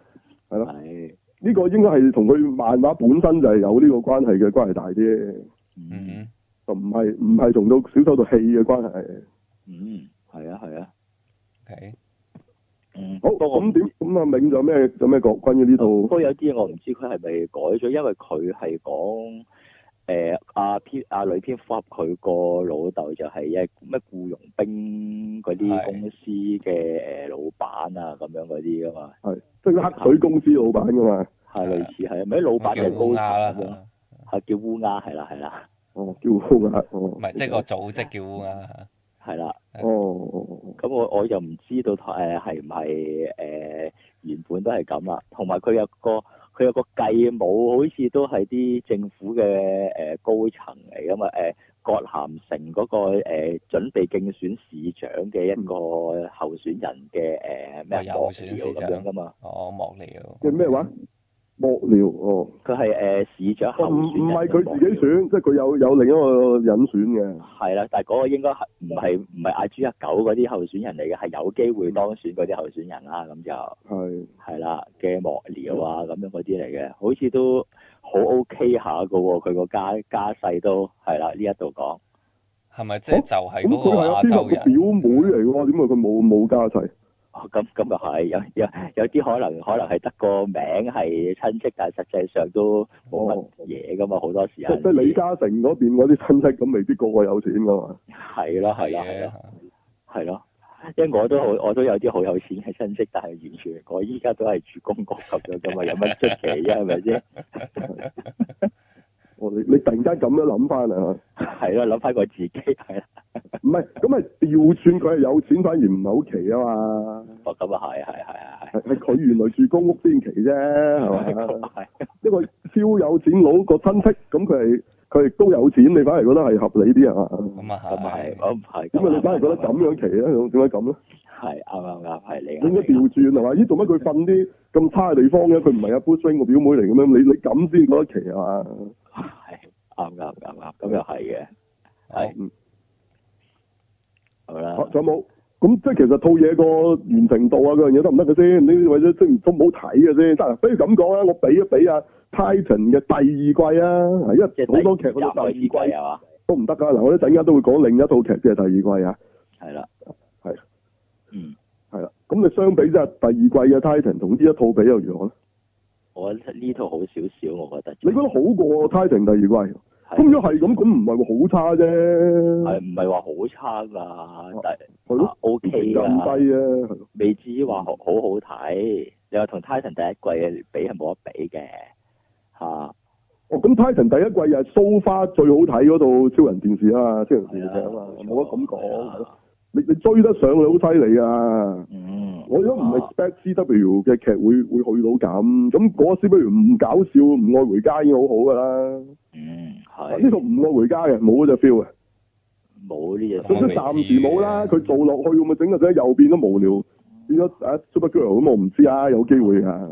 A: 係咯。
B: 係，
A: 呢個應該係同佢漫畫本身就係有呢個關係嘅，關係大啲，
B: 嗯，
C: 嗯，
A: 就唔係唔係同到小丑套戲嘅關係。
B: 嗯，係啊，係啊，
C: ，OK，
B: 嗯，
A: 好，
B: 不過啊
A: 咁點咁啊？銘仲有咩有咩講關於呢套？
B: 不過有啲嘢我唔知佢係咪改咗，因為佢係講誒阿蝙阿女蝙蝠俠佢個老豆就係一咩僱傭兵嗰啲
C: 係
B: 公司嘅誒老闆啊咁樣嗰啲噶嘛，
A: 係即係黑水公司老闆噶嘛？
B: 係類似係咪啲老闆
C: 啊咁叫
B: 定高
C: 烏鴉啦
B: 層咁樣，，係叫烏鴉係啦係啦
A: 哦，叫烏鴉哦
C: 唔，係即係個組織叫烏鴉嚇。
B: 係啦，
A: 哦哦
B: 咁我我又唔知道誒係唔係誒原本都係咁啦，同埋佢有個。佢有個繼母，好似都係啲政府嘅誒、呃高層嚟噶嘛，誒、呃葛咸城嗰、個誒、呃、準備競選市長嘅一個候選人嘅誒呃
C: 哦
B: 咩
C: 有
B: 幕
C: 選
B: 僚咁
C: 市長
B: 樣噶嘛，
C: 哦，幕僚。
A: 叫咩話？幕僚哦，
B: 佢係誒呃市長候
A: 哦唔
B: 選人
A: 唔係佢自
B: 嘅幕
A: 己
B: 僚
A: 選，即係佢有有另一個人選嘅。
B: 係啦，但係嗰個應該係唔係唔係阿豬阿狗嗰啲候選人嚟嘅，係有機會當選嗰啲候選人啦，咁就。
A: 係
B: 係啦嘅幕
A: 嗯
B: 僚啊咁樣嗰啲嚟嘅，好似都好 OK 下噶喎，佢個家家世都係啦呢一度講，
C: 係咪即係就係
A: 哦咁
C: 嗰
A: 佢
C: 個
A: 係阿
C: 亞
A: 邊個
C: 洲
A: 個
C: 人？
A: 表妹嚟嘅喎？點解佢冇冇家齊？
B: 哦咁咁又係有有有啲可能可能係得個名係親戚，但係實際上都冇乜嘢噶嘛，好多時
A: 哦即
B: 候
A: 即係李嘉誠嗰邊嗰啲親戚咁，未必個個有錢噶嘛。
B: 係
C: 啊
B: 咯係咯係
A: 啊
C: 嘅
B: 咯，係咯。因為我都好，我都有啲好有錢嘅親戚，但係完全我依家都係住公屋咁樣噶嘛，有乜出奇啫？係咪先？
A: 我哦你你突然間咁樣諗翻啊，
B: 係咯，諗翻我自己係啦，
A: 唔係咁係調轉佢係有錢，反而唔係好奇啊嘛。
B: 哦咁啊係係係係係
A: 係係佢原來住公屋先奇啫，係 嘛？
B: 係
A: 一個超有錢佬個親戚，咁佢係佢係都有錢，你反而覺得係合理啲啊嘛？
C: 咁啊
B: 咁係，
C: 係。
B: 我唔係。
A: 咁啊，你反而覺得咁樣奇咧？點解咁咧？
B: 係啱啱啱係你
A: 你應該
B: 啱
A: 調轉係嘛？咦，做乜佢瞓啲咁差嘅地方嘅？佢唔係阿 Bruce Wayne 個表妹嚟嘅咩？你你咁先覺得奇啊嘛？
B: 係啱啱啱啱，咁又係嘅，係
A: 嗯
B: 好啦
A: 啊，仲有冇？咁即係其實套嘢個完成度啊，嗰樣嘢得唔得嘅先？你或者即係都唔好睇嘅先。得啊，不如咁講啊，我俾一俾啊 Titan 嘅第二季啊，係因
B: 即
A: 為
B: 係
A: 好多劇佢
B: 入
A: 都
B: 開
A: 第
B: 始
A: 二
B: 計
A: 季啊
B: 係嘛？
A: 都唔得㗎。嗱，我一陣間都會講另一套劇嘅第二季啊，
B: 係啦，
A: 係
B: 嗯，
A: 係啦。咁你相比即係第二季嘅 Titan 同呢一套比又如何咧？
B: 我呢套好少少，我覺得。
A: 你覺得好過 Titan 第二季？咁如
B: 係
A: 果係咁，咁唔係話好差啫，
B: 係唔係話好差㗎？但
A: 哦係
B: 係
A: 咯
B: 啊 OK
A: 咁低嗯
B: 㗎，
A: 啊，係咯
B: 未至於話好好好睇。你話同 Titan 第一季比係冇得比嘅嚇，
A: 哦，咁 Titan 第一季又係 so far 最好睇嗰套超人電視啊，超人電視
B: 係
A: 劇啊嘛，
B: 冇錯
A: 冇得咁講。
B: 係啊
A: 係咯你你追得上你好犀利啊！
B: 嗯，
A: 我都唔
B: 啊
A: expect CW 嘅劇會會去到咁，咁嗰 CW 唔搞笑唔愛回家已經好好噶啦。
B: 嗯
A: 呢
B: 係
A: 套唔愛回家嘅冇嗰只 feel 嘅，
B: 冇呢
C: 咁
A: 咁
C: 都
A: 都
B: 嘢
C: 未知
A: 暫時冇啦。佢做落去會唔會整到仔又變咗無聊，變咗啊 Supergirl 咁我唔知啊，有機會啊。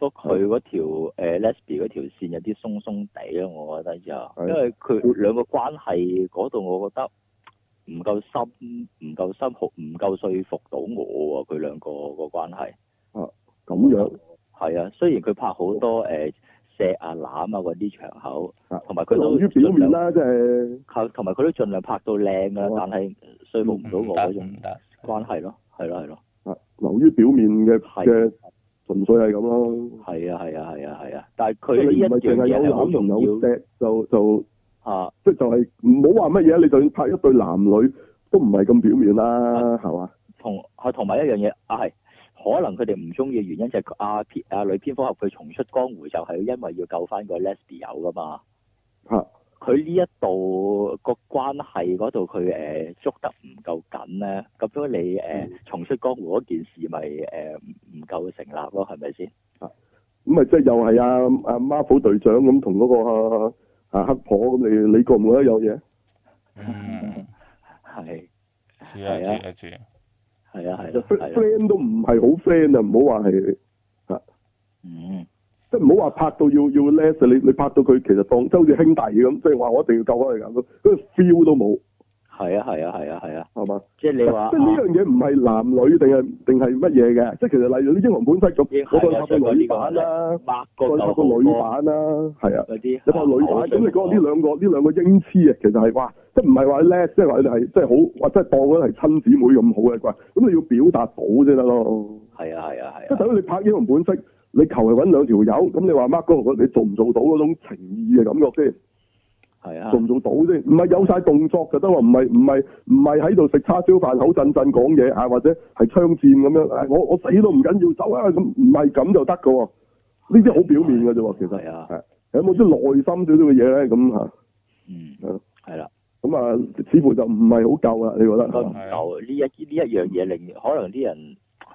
B: 不過佢嗰條誒 lesbian 嗰條線有啲鬆鬆地咯，我覺得就，因為佢兩個關係嗰度，我覺得唔夠深，唔夠深，好唔夠說服到我喎。佢兩個個關係
A: 咁樣
B: 係啊，雖然佢拍好多誒錫啊攬啊嗰啲場口
A: 啊，
B: 同埋
A: 佢
B: 佢都
A: 流於表
B: 盡
A: 面
B: 量，
A: 啦，即係
B: 同埋佢都盡量拍到靚
A: 好啊嗯
B: 㗎，但係呃說服唔到
C: 唔
B: 我
C: 得
B: 嗰種
C: 唔得，
B: 關係咯，係咯係咯，
A: 啊流於表面嘅
B: 係
A: 嘅純粹係咁咯。
B: 係啊係啊係啊係啊，但係佢
A: 即係
B: 呢
A: 你
B: 一
A: 唔係
B: 樣
A: 淨係
B: 嘢
A: 有
B: 係好
A: 攬
B: 重
A: 同有
B: 要啊
A: 錫就就
B: 嚇，
A: 即係就係唔好話乜嘢，你就算拍一對男女都唔係咁表面啦，係嘛？
B: 同啊同埋一樣嘢啊係，可能佢哋唔中意嘅原因就係阿蝙啊女蝙蝠俠佢重出江湖就係因為要救翻個 Leslie 友噶嘛。
A: 嚇
B: 佢呢一度個關係嗰度，佢誒、呃捉得唔夠緊咧，咁樣你誒、
A: 嗯
B: 呃重出江湖嗰件事咪誒唔唔夠成立咯，係咪先？
A: 咁咪即係又係阿阿 Marvel 隊長咁同嗰個啊啊黑婆咁，你你覺唔覺得有嘢？
C: 嗯，
B: 係
C: 知啦
B: 係啊
C: 知啦知啦，
B: 係啊係啊係啊，
A: friend 都唔係好 friend 啊，唔好話係。
B: 嗯
A: 即係唔好話拍到要要 less，啊你你拍到佢其實當即好似兄弟咁，即係話我一定要救翻佢咁，嗰個 feel 都冇，
B: 係啊係啊係啊係啊，
A: 係嘛？
B: 即係你話
A: 即係呢樣嘢唔係男女定係定係乜嘢嘅，即係其實例如啲英雄本色
B: 英
A: 咁，
B: 雄
A: 我
B: 有
A: 再拍
B: 上過
A: 個
B: 呢
A: 女
B: 個
A: 版啦，
B: 啊抹
A: 再
B: 個
A: 拍
B: 舊
A: 個女版啦，係啊，
B: 嗰啲，哦
A: 你拍個女版，咁你
B: 啊
A: 講呢兩個呢兩個英雌啊，其實係哇，即係唔係話 less，即係話你係即係好，哇，即係當佢係親姊妹兩咁好嘅啩，咁你要表達到先得咯。
B: 係啊係啊
A: 即係
B: 係
A: 等
B: 啊，
A: 於你拍英雄本色，你求其揾兩條友，咁你話 Mark 哥你做唔做到嗰種情意嘅感覺先？
B: 係啊
A: 做唔做到先？唔係有晒動作嘅，都話唔係唔係唔係喺度食叉燒飯口震震講嘢啊，或者係槍戰咁樣。唉我我死都唔緊要，走啊！咁唔係咁就得嘅喎。呢啲好表面嘅啫喎，其實
B: 係啊
A: 係有冇啲內心少少嘅嘢咧？咁嚇
B: 嗯
A: 係咯
B: 係啦，
A: 咁啊，似乎就唔係好啊夠啦。你覺
B: 應該唔
A: 得？
B: 夠呢一呢一樣嘢令可能啲人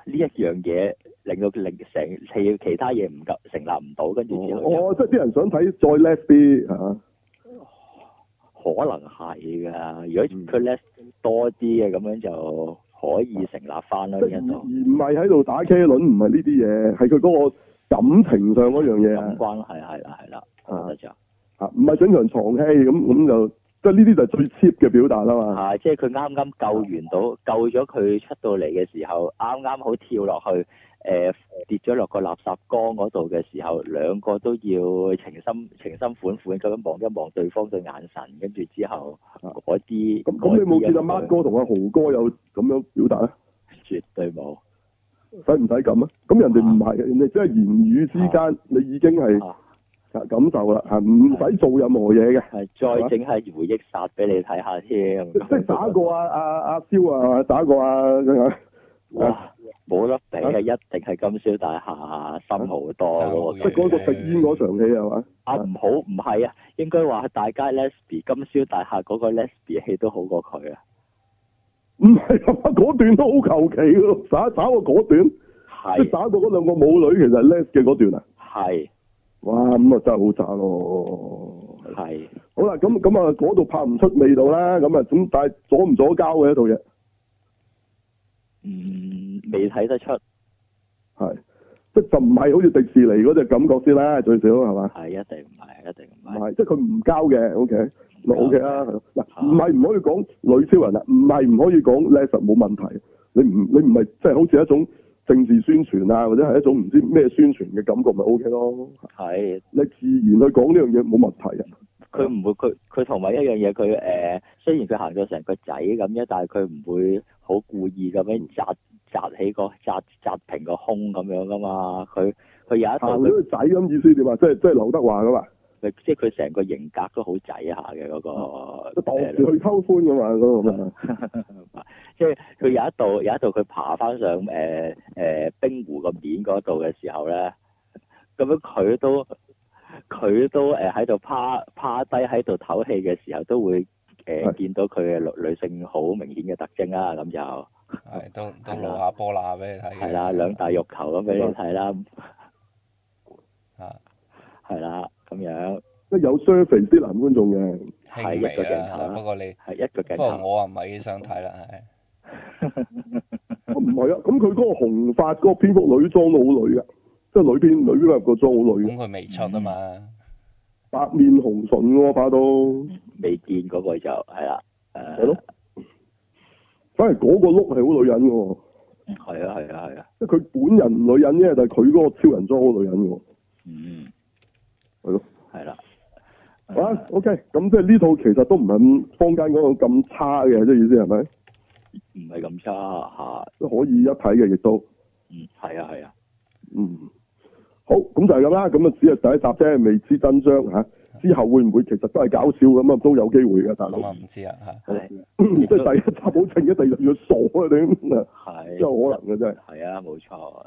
B: 呢一樣嘢令到令成其其他嘢唔夠成立唔到，跟住之後就。
A: 哦，即係啲人想睇再 less 啲啊嚇。
B: 可能係噶，如果
A: 嗯
B: 佢 less 多啲嘅咁樣就可以成立翻啦
A: 即係
B: 呢一
A: 而
B: 度
A: 而唔係喺度打茄輪，唔係呢啲嘢，係佢嗰個感情上嗰樣嘢
B: 咁
A: 啊
B: 關係係啦係啦，我覺得就
A: 啊，唔係整場床戲咁咁就，即係呢啲就係最 cheap 嘅表達啦嘛。
B: 係啊即係佢啱啱救
A: 哦
B: 完到救咗佢出到嚟嘅時候，啱啱好跳落去誒、呃跌咗落個垃圾缸嗰度嘅時候，兩個都要情深情深款款咁樣望一望對方對眼神，跟住之後
A: 啊
B: 嗰啲
A: 咁咁你冇見啊
B: 到
A: 阿 Mark 哥同阿豪哥有咁樣表達咧？
B: 絕對冇
A: 使唔使咁啊？咁人哋唔係，人哋即係言語之間，你已經係
B: 啊！
A: 感受啦，嚇唔使做任何嘢嘅。
B: 係再整下回憶殺俾你睇下添，
A: 即係打過阿阿阿蕭啊，打過阿
B: 哇，冇得比啊！一定係金宵大廈深好多
A: 即係
B: 喎。
A: 嗰個食煙嗰場戲係嘛？
B: 啊，唔好唔係啊，應該話大家 Lesby 金宵大廈嗰個 Lesby 戲都好過佢啊。
A: 唔係 啊，嗰段都好求其嘅咯，打打過嗰段，即係
B: 係
A: 打過嗰兩個母女，其實係 les 嘅嗰段啊，
B: 係
A: 哇咁啊真係好渣咯。
B: 係
A: 好啦，咁咁啊，嗰度拍唔出味道啦，咁啊，咁但係阻唔阻交嘅一套嘢，
B: 嗯，未睇得出
A: 係即係就唔係好似迪士尼嗰只感覺先啦，最少係嘛？
B: 係一定唔係，一定唔
A: 唔
B: 係。
A: 係，即係佢唔交嘅，OK，咪 OK 啦，係咯。嗱，
B: 啊
A: 唔係唔可以講女超人啦，唔係唔可以講 les 冇問題，你唔你唔係即係好似一種政治宣傳啊，或者係一種唔知咩宣傳嘅感覺，咪 OK 咯。
B: 係
A: 你自然去講呢樣嘢冇問題啊。
B: 佢唔會佢佢同埋一樣嘢，佢誒、呃、雖然佢行到成個仔咁樣，但係佢唔會好故意咁樣扎扎起個扎扎平個胸咁樣噶嘛。佢佢有一
A: 行
B: 度
A: 咗啊
B: 佢
A: 個仔咁意思點啊？即係即係劉德華噶嘛，
B: 咪即係佢成個型格都好仔下嘅嗰、
A: 即
B: 個
A: 係當時去偷歡噶嘛嗰個嘛。
B: 呃即係佢有一度有一度佢爬翻上誒誒、呃呃冰湖個面嗰度嘅時候咧，咁樣佢都佢都誒喺度趴趴低喺度唞氣嘅時候，都會誒、呃、
A: 係
B: 見到佢嘅女女性好明顯嘅特徵啦，咁就。
C: 係都都
B: 啊係啦
C: 露下波罅俾你睇嘅。
B: 係啦，兩大玉球咁俾你睇啦，
C: 啊，
B: 係啦，咁樣
A: 即係有 surface 啲男觀眾嘅。
B: 係
C: 輕
B: 一個
C: 微
B: 鏡頭
C: 啦，
B: 啦
C: 不過你
B: 係一個
C: 不
B: 鏡
C: 過
B: 頭，嗯
C: 我啊唔係幾想睇啦，係。
A: 唔係啊，咁佢嗰個紅髮嗰個蝙蝠女裝都好女噶，即係女蝙女蝙蝠俠個裝好女
C: 咁
A: 嘅，
C: 佢未出啊
B: 嗯
C: 嘛，
A: 白面紅唇喎，拍到
B: 未見嗰個就係啦，呃誒
A: 係咯，反而嗰個 look 係好女人嘅喎，
B: 係啊係啊係啊，
A: 即係佢本人唔女人啫，但係佢嗰個超人裝好女人嘅喎，
B: 嗯，
A: 係咯，
B: 係啦，
A: 啊 OK，咁即係呢套其實都唔係咁坊間嗰個咁差嘅，即係意思係咪？
B: 唔係咁差嚇，
A: 都可以一睇嘅，亦都
B: 嗯，係啊係啊，
A: 嗯，好，咁就係咁啦。咁啊，只係第一集啫，未知真章嚇、之後會唔會其實都係搞笑咁啊？都有機會嘅，大佬
C: 咁。啊唔知啊嚇。
B: 係
A: 即係第一集好正，一第二集要傻啊！你咁啊，
B: 係
A: 真係可能嘅真係。
B: 係啊，冇錯。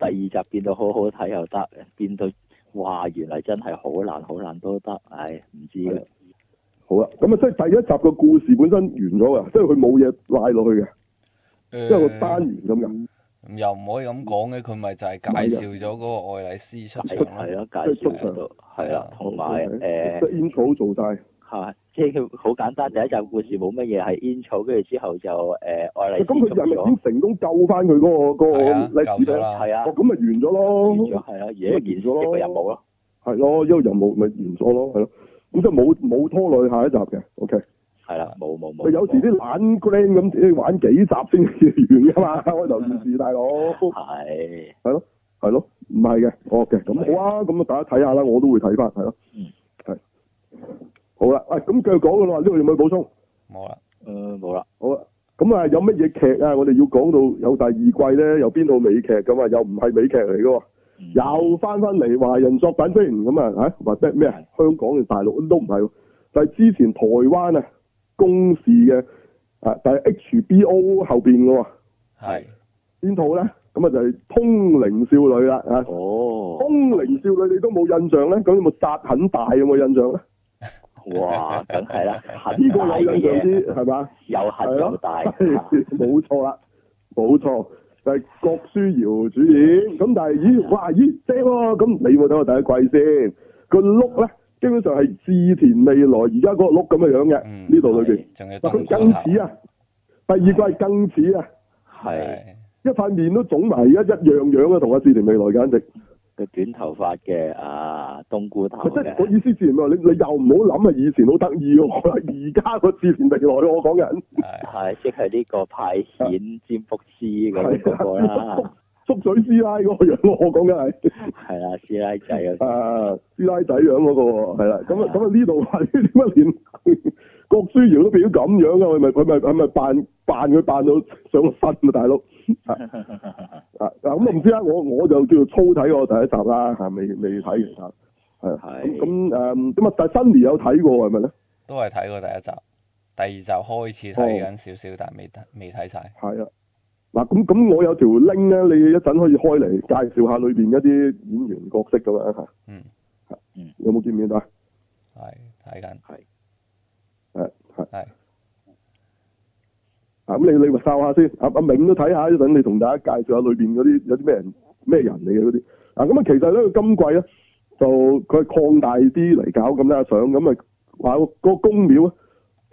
B: 第二集變到好好睇又得，變到哇原來真係好爛好爛都得，唉唔知嘅。
A: 好啦，咁啊，即係第一集個故事本身完咗啊，即係佢冇嘢賴落去嘅，
C: 誒
A: 即係個單元咁嘅，
C: 又唔可以咁講嘅，佢咪就係介紹咗嗰個愛麗絲出
B: 係
C: 場咯。
B: 咯，介紹喺度，係啦，同埋
A: OK，
B: 誒
A: 即係 intro 做晒，
B: 嚇，即係佢好簡單，第一集故事冇乜嘢，係煙草，跟住之後就誒愛麗
A: 咁
B: 絲
A: 佢
B: 中
A: 係咪
B: 咗
A: 先，成功救翻佢嗰個嗰
C: 係啊，
A: 個
C: 夠咗啦。
B: 係啊
A: 哦，，咁咪完咗
B: 完
A: 咯
B: 咗，係啊啦，而家完成呢個任務咯，
A: 係咯，一個任務咪完咗咯，係咯，咁即係冇冇拖累下一集嘅，OK。
B: 係啦，冇冇冇。
A: 佢有時啲懶 grand 咁，自己玩幾集先至完噶嘛，開頭電 視大佬，係
B: 係。
A: 咯係咯，唔係嘅，哦嘅，咁好啊，咁啊大家睇下啦，我都會睇翻，係咯
B: 嗯，
A: 係，好啦，喂，咁繼續講噶啦，呢度有冇補充？
C: 冇啦，
B: 誒嗯冇啦，
A: 好啦，咁啊有乜嘢劇啊？我哋要講到有第二季咧，有邊套美劇咁啊？又唔係美劇嚟嘅喎。
B: 嗯
A: 又翻翻嚟華人作品先咁啊嚇，或者咩啊？香港定大陸都唔係喎，就係之前台灣啊公視嘅啊，但係 HBO 後邊嘅喎，
C: 係
A: 邊套咧？咁啊就係《通靈少女》啦啊！
B: 哦，
A: 通靈少女你都冇印象咧，咁有冇殺很大有冇印象咧？
B: 哇，梗係啦，痕
A: 呢
B: 大
A: 個有
B: 嘅
A: 印象
B: 嘢，
A: 啲係嘛？
B: 又痕啊又大，
A: 係咯 冇錯啦，冇錯，就係、郭書瑤主演。咁但係，咦，哇，咦，正喎、咁你有冇睇過第一季先？個碌咧，基本上係志田未來而家嗰個碌咁嘅樣嘅，
C: 嗯
A: 呢度裏邊。
C: 仲有
A: 但
C: 燈
A: 佢
C: 光
A: 更
C: 頭。
A: 似啊，第二季更似啊，
B: 係
A: 一塊面都腫埋，而家一樣樣啊，同阿志田未來簡直。
B: 佢短頭髮嘅啊，冬菇頭
A: 咪即係我
B: 嘅，
A: 意思，志田未來，你你又唔好諗啊，以前好得意喎，而家個志田未來我講緊。
C: 係
B: 係即係呢個派遣占卜師咁
A: 啊
B: 嗰 個啦，
A: 縮水師奶嗰個樣喎，我講緊係
B: 係啦，師奶仔嗰個
A: 啊師奶仔樣嗰個喎，係啦，咁啊咁啊呢度係點解連 郭書瑤都變咗咁樣啊？佢咪佢咪佢咪扮扮佢扮到上咗身啊，大佬 啊啊嗱咁我唔知啦，我我就叫做粗睇過第一集啦，嚇未未睇完集係啊咁
B: 係
A: 咁誒咁啊，但係 Sunny 有睇過係咪咧？
C: 都係睇過第一集，第二集開始睇緊少少，但係未睇未睇晒。
A: 係啊。嗱咁咁，我有條 link 咧，你一陣可以開嚟介紹下裏邊一啲演員角色咁樣嚇，
C: 嗯，
A: 有冇見面啊？
C: 係睇緊，
A: 係係
C: 係
A: 啊，咁你你咪哨下先，阿阿明都睇下，一陣你同大家介紹下裏邊嗰啲有啲咩人咩人嚟嘅嗰啲。啊，咁啊，其實咧今季咧就佢係擴大啲嚟搞咁啦，想咁啊話嗰個公廟啊，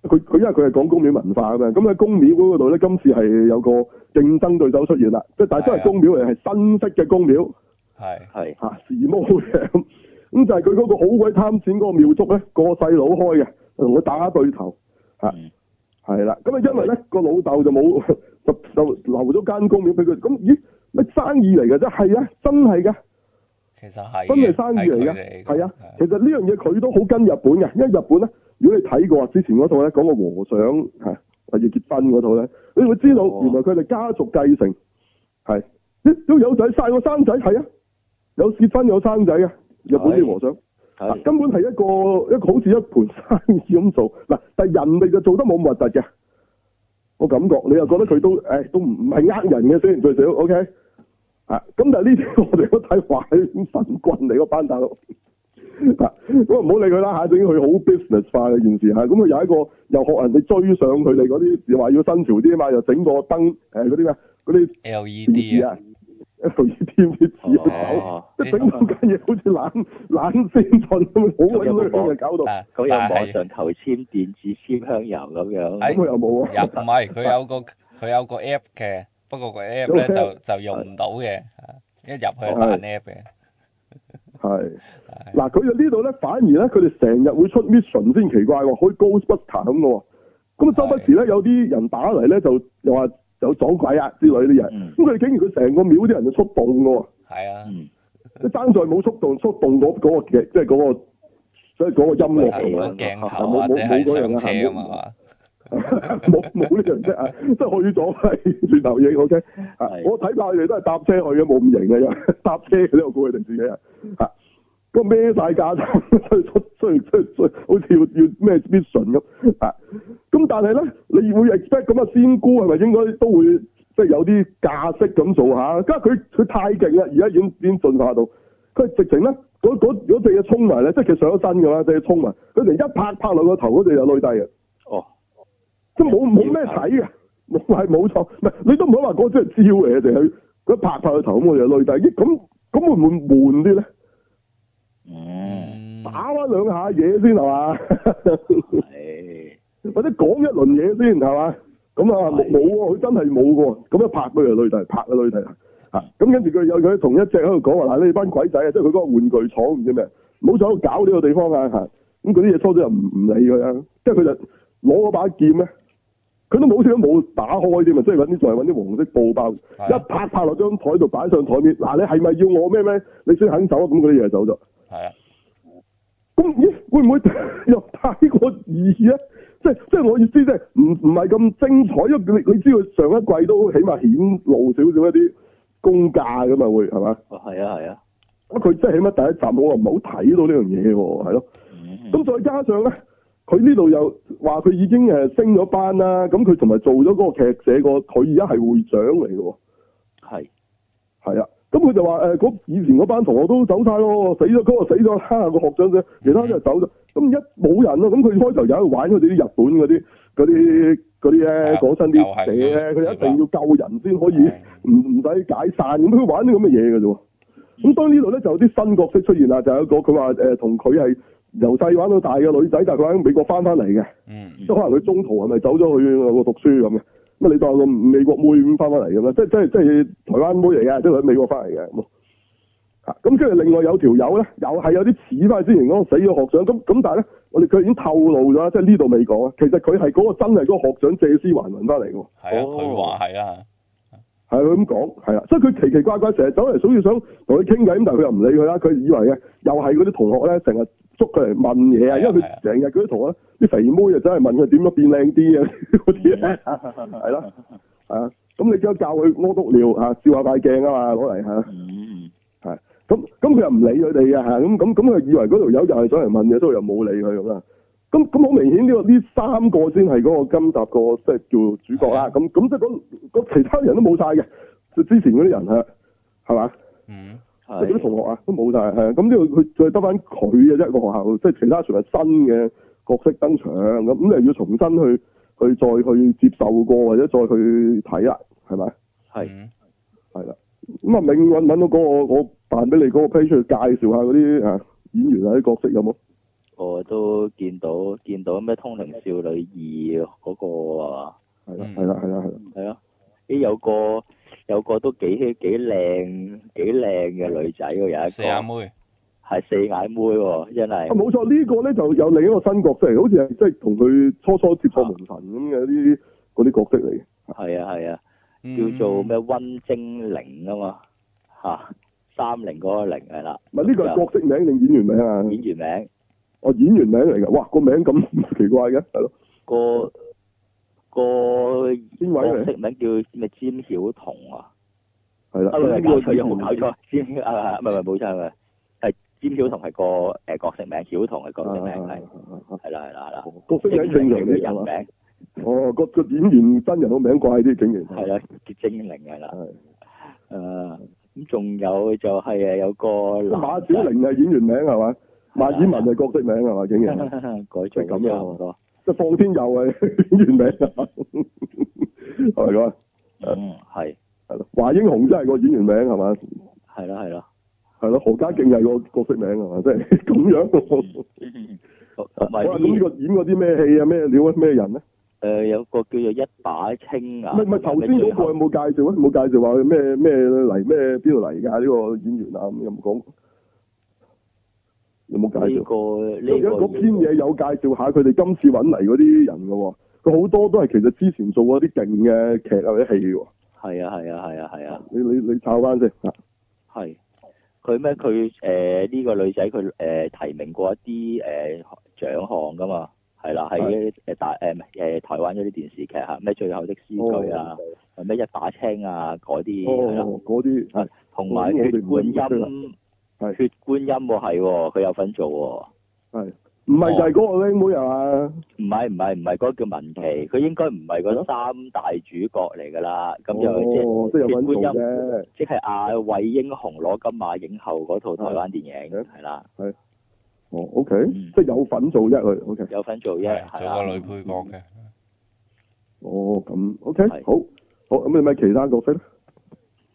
A: 佢佢因為佢係講公廟文化啊嘛，咁喺公廟嗰度咧，今次係有個競爭對手出現啦，即係但係都
C: 係
A: 係
C: 啊
A: 公廟嚟，係新式嘅公廟
C: 係
B: 係
A: 嚇、時髦嘅咁，咁就係佢嗰個好鬼貪錢嗰個廟祝咧，個細佬開嘅，同佢打對頭。
B: 嗯
A: 係啦，咁啊，因為咧個老豆就冇 就就留咗間公廟俾佢，咁咦乜生意嚟嘅啫？係啊，真係噶，
C: 其實係
A: 真係生意嚟
C: 嘅，
A: 嘅，係啊。其實呢樣嘢佢都好跟日本嘅，因為日本咧，如果你睇過之前嗰套咧，講個和尚係或者結婚嗰套咧，你會知道
B: 哦
A: 原來佢哋家族繼承係，咦都有仔晒個生仔係啊，有結婚有生仔嘅日本啲和尚。嗱，
B: 係
A: 根本係一個一個好似一盤生意咁做，嗱，但係人哋就做得冇咁核突嘅，我感覺你又覺得佢都誒、唉都唔唔係呃人嘅雖然最少，OK，啊，咁但係呢啲我哋都睇壞神棍嚟嗰班大佬，啊，咁啊唔好理佢啦嚇，總之佢好 business 化嘅件事嚇，咁佢有一個又學人哋追上佢哋嗰啲，又話要新潮啲啊嘛，又整個燈誒嗰啲咩啊嗰啲
C: LED 啊，
A: 啊，LED 啲紙去走。
B: 哦，
A: 即 係整到間嘢好似冷冷先進咁，好鬼亂嘅搞到，
C: 但
B: 咁有
C: 但
B: 網
C: 係
B: 上求簽電子簽香油咁
A: 咁
C: 係哎
B: 樣，
A: 佢又冇
C: 有
A: 啊，
C: 唔係佢有個佢有個 app 嘅，不過個 app 咧就就用唔到嘅，啊一入去就扮 app 嘅，
A: 係
C: 係
A: 嗱佢就呢度咧，反而咧佢哋成日會出 mission 先奇怪喎，好似 Ghostbuster 咁嘅喎，咁周不時咧有啲人打嚟咧就又話有撞鬼啊之類啲嘢，
B: 嗯
A: 咁佢哋竟然佢成個廟啲人就出動嘅喎，
C: 係啊，
B: 嗯，
A: 即係爭在冇觸動觸動嗰嗰個劇，即係嗰個即係嗰個音樂
B: 係
A: 同
B: 啊
A: 埋
C: 個鏡頭或者係上車啊嘛，
A: 冇冇呢樣啫啊！即係去咗係船頭影，OK 啊
B: 係
A: 我睇怕佢哋都係搭車去嘅，冇咁型嘅 啫，搭車嘅啫，我估佢哋自己啊嚇。咁孭晒架 撐，出出出出，好似要要咩 mission 咁啊！咁但係咧，你會 expect 咁啊，仙姑係咪應該都會即係有啲架式咁做下？家佢佢太勁啦，而家已經已經進化到，佢直情咧嗰嗰嗰隻嘢衝埋咧，即係其實上咗身㗎啦，隻嘢衝埋，佢哋一拍拍落個頭嗰隻就累低嘅。
B: 哦，
A: 即係冇冇咩睇嘅，冇係冇錯，唔係你都唔好話嗰隻招嚟嘅，就係佢拍拍佢頭咁，我就累低，咦咁咁會唔會悶啲咧？
B: 嗯，
C: 嗯
A: 打翻兩下嘢先係嘛，
B: 係，
A: 或者講一輪嘢先係嘛，咁啊冇
B: 係
A: 冇喎，佢真係冇喎，咁啊一拍佢就累低，拍佢累低啊！咁跟住佢有佢同一隻喺度講話嗱，你班鬼仔啊，即係佢嗰個玩具廠唔知咩，唔好再喺度搞呢個地方啊嚇！咁嗰啲嘢初咗又唔唔理佢啊，即係佢就攞嗰把劍咧，佢都冇好似都冇打開添啊，即係揾啲再揾啲黃色布包，
C: 啊
A: 一拍拍落張台度擺上台面，嗱你係咪要我咩咩？你先肯走啊！咁嗰啲嘢就走咗。
C: 係啊，
A: 咁咦，會 唔會又太過易咧？即係即係我意思，即係唔唔係咁精彩，因為你你知佢上一季都起碼顯露少少一啲公價噶嘛，會係嘛？
B: 哦係啊係啊，
A: 咁佢即係起碼第一集我又唔係好睇到呢樣嘢喎，係咯。
B: 嗯，
A: 咁再加上咧，佢呢度又話佢已經誒升咗班啦，咁佢同埋做咗嗰個劇社個，佢而家係會長嚟嘅喎。
B: 係，
A: 係啊，咁佢就話誒，嗰、以前嗰班同學都走晒咯，死咗嗰、個死咗啦，個學長啫，其他都係走咗。咁一冇人啊咯，咁佢開頭有去玩嗰啲日本嗰啲嗰啲嗰啲咧，
C: 係啊
A: 講真啲
C: 又係
A: 嘢咧，
C: 嗯
A: 佢一定要救人先可
C: 係
A: 以唔唔使解散咁，佢玩啲咁嘅嘢嘅啫喎。咁當然呢度咧就有啲新角色出現啦，就有一個佢話誒同佢係由細玩到大嘅女仔，但係佢喺美國翻翻嚟嘅。
C: 嗯
A: 即係可能佢中途係咪走咗去外國讀書咁嘅？咁你當個美國妹咁翻返嚟咁啦，即係即係即係台灣妹嚟嘅，即係佢喺美國翻嚟嘅咁。嚇咁跟住另外有條友咧，又係有啲似翻之前嗰個死咗學長咁咁，但係咧我哋佢已經透露咗啦，即係呢度未講啊。其實佢係嗰個真係嗰個學長借屍還魂翻嚟嘅喎，
C: 係啊，
B: 哦
C: 佢話係啦，
A: 係佢咁講係啦，所以佢奇奇怪怪成日走嚟，好似想同佢傾偈咁，但係佢又唔理佢啦。佢以為嘅又係嗰啲同學咧，成日捉佢嚟問嘢啊，因為
C: 係啊係啊
A: 佢成日嗰啲同學啲肥妹啊，真係問佢點樣變靚啲啊嗰啲咧。 係啦，係啊，咁你將教佢屙督尿啊，照下塊鏡啊嘛，攞嚟嚇，
B: 嗯，
A: 係咁咁佢又唔理佢哋嘅嚇，咁咁咁佢以為嗰條友又係想嚟問嘢，所以又冇理佢咁啦。咁咁好明顯呢個呢三個先係嗰個今集個即係叫主角啦。咁咁即係嗰嗰其他人都冇晒嘅，就之前嗰啲人係係嘛，
C: 嗯
A: 即係嗰啲
B: 係，
A: 同學啊都冇晒係啊。咁呢度佢再得翻佢嘅啫個學校，即係其他全係新嘅角色登場咁，咁你又要重新去去再去接受過或者再去睇啦，係咪？
B: 係，
C: 嗯
A: 係啦，咁啊，命運揾到嗰、個我扮俾你嗰個 page 去介紹下嗰啲啊演員啊啲角色有冇？
B: 我都見到見到咩《通靈少女二》嗰個啊。
A: 係啦
C: 嗯，
A: 係啦，係啦，係啦，
B: 係咯，咦有個有個都幾幾靚幾靚嘅女仔喎，有一個
C: 四眼妹，
B: 係四眼妹喎，真
A: 啊
B: 係
A: 冇錯，呢、個咧就有另一個新角色嚟，好似係即係同佢初初接觸門神咁嘅啲嗰啲角色嚟嘅。
B: 係啊係啊，
C: 嗯
B: 叫做咩温精靈啊嘛吓，三零嗰個零係啦，
A: 唔係呢個係角色名定演員名啊？
B: 演員名
A: 哦，演員名嚟嘅，哇個名咁奇怪嘅，係咯，
B: 個個
A: 邊位
B: 角
A: 嚟？
B: 色名叫咩詹曉彤啊，
A: 係啦，
B: 啊唔係唔係
A: 呢
B: 搞
A: 個
B: 錯
A: 演
B: 咗，我
A: 員
B: 搞錯，詹啊唔係唔係冇錯係係詹曉彤係個誒角色名，曉彤係角色名
A: 啊
B: 係
A: 啊啊啊
B: 係啦係啦係啦，
A: 角色名正常
B: 精靈係
A: 嚟係
B: 人
A: 嘛？
B: 名。
A: 哦，個個演員真人個名怪啲，竟然
B: 係啦，叫精靈係啦。
A: 係
B: 誒，咁仲有就係誒有個
A: 馬
B: 馬
A: 小玲係演員名係嘛？馬爾文係角色名係嘛？竟然。
B: 改咗咁樣咯。
A: 即係放天佑啊，演員名啊，係咪？
B: 嗯，係
A: 係咯，華英雄真係個演員名係嘛？
B: 係啦係啦。
A: 係咯，何家勁係個角色名係嘛？即係咁樣。
B: 同埋
A: 哇嗯咁呢
B: 啲
A: 個演過啲咩戲啊？咩料啊？咩人咧？
B: 誒有個叫做一把青啊。
A: 唔係唔係，頭先嗰個有冇介紹啊？冇介紹話佢咩咩嚟咩邊度嚟㗎？呢個演員啊，咁有冇講？有冇介
B: 呢
A: 紹？
B: 個
A: 有
B: 呢個
A: 嗰篇嘢有介紹下佢哋今次揾嚟嗰啲人㗎喎，佢好多都係其實之前做過啲勁嘅劇或者戲㗎喎。
B: 係啊係啊係啊係啊
A: 你你你抄翻先啊！
B: 係。佢咩？佢誒呢個女仔佢誒提名過一啲誒獎項㗎嘛，係啦，喺誒大誒唔係誒台灣嗰啲電視劇嚇，咩最後的詩句啊，咩一把青啊嗰啲係啦，
A: 哦，嗰啲
B: 啊同埋血觀音，
A: 係
B: 血觀音喎係喎，佢有份做喎。
A: 係唔係就係嗰個僆妹啊嘛？
B: 唔係唔係唔係，嗰個叫文琪，佢應該唔係嗰三大主角嚟㗎啦。咁就即係
A: 哦，都有揾做
B: 血觀
A: 嘅，
B: 即係阿魏英雄攞金馬影后嗰套台灣電影
A: 係
B: 係啦，
A: 哦，OK，
B: 嗯
A: 即係有份做啫佢，OK，
B: 有份做啫，
C: 係
B: 係
C: 做個女
B: 啦。
C: 配角嘅。
A: 哦咁，OK，
B: 係
A: 好，好咁你咪其他角色咧？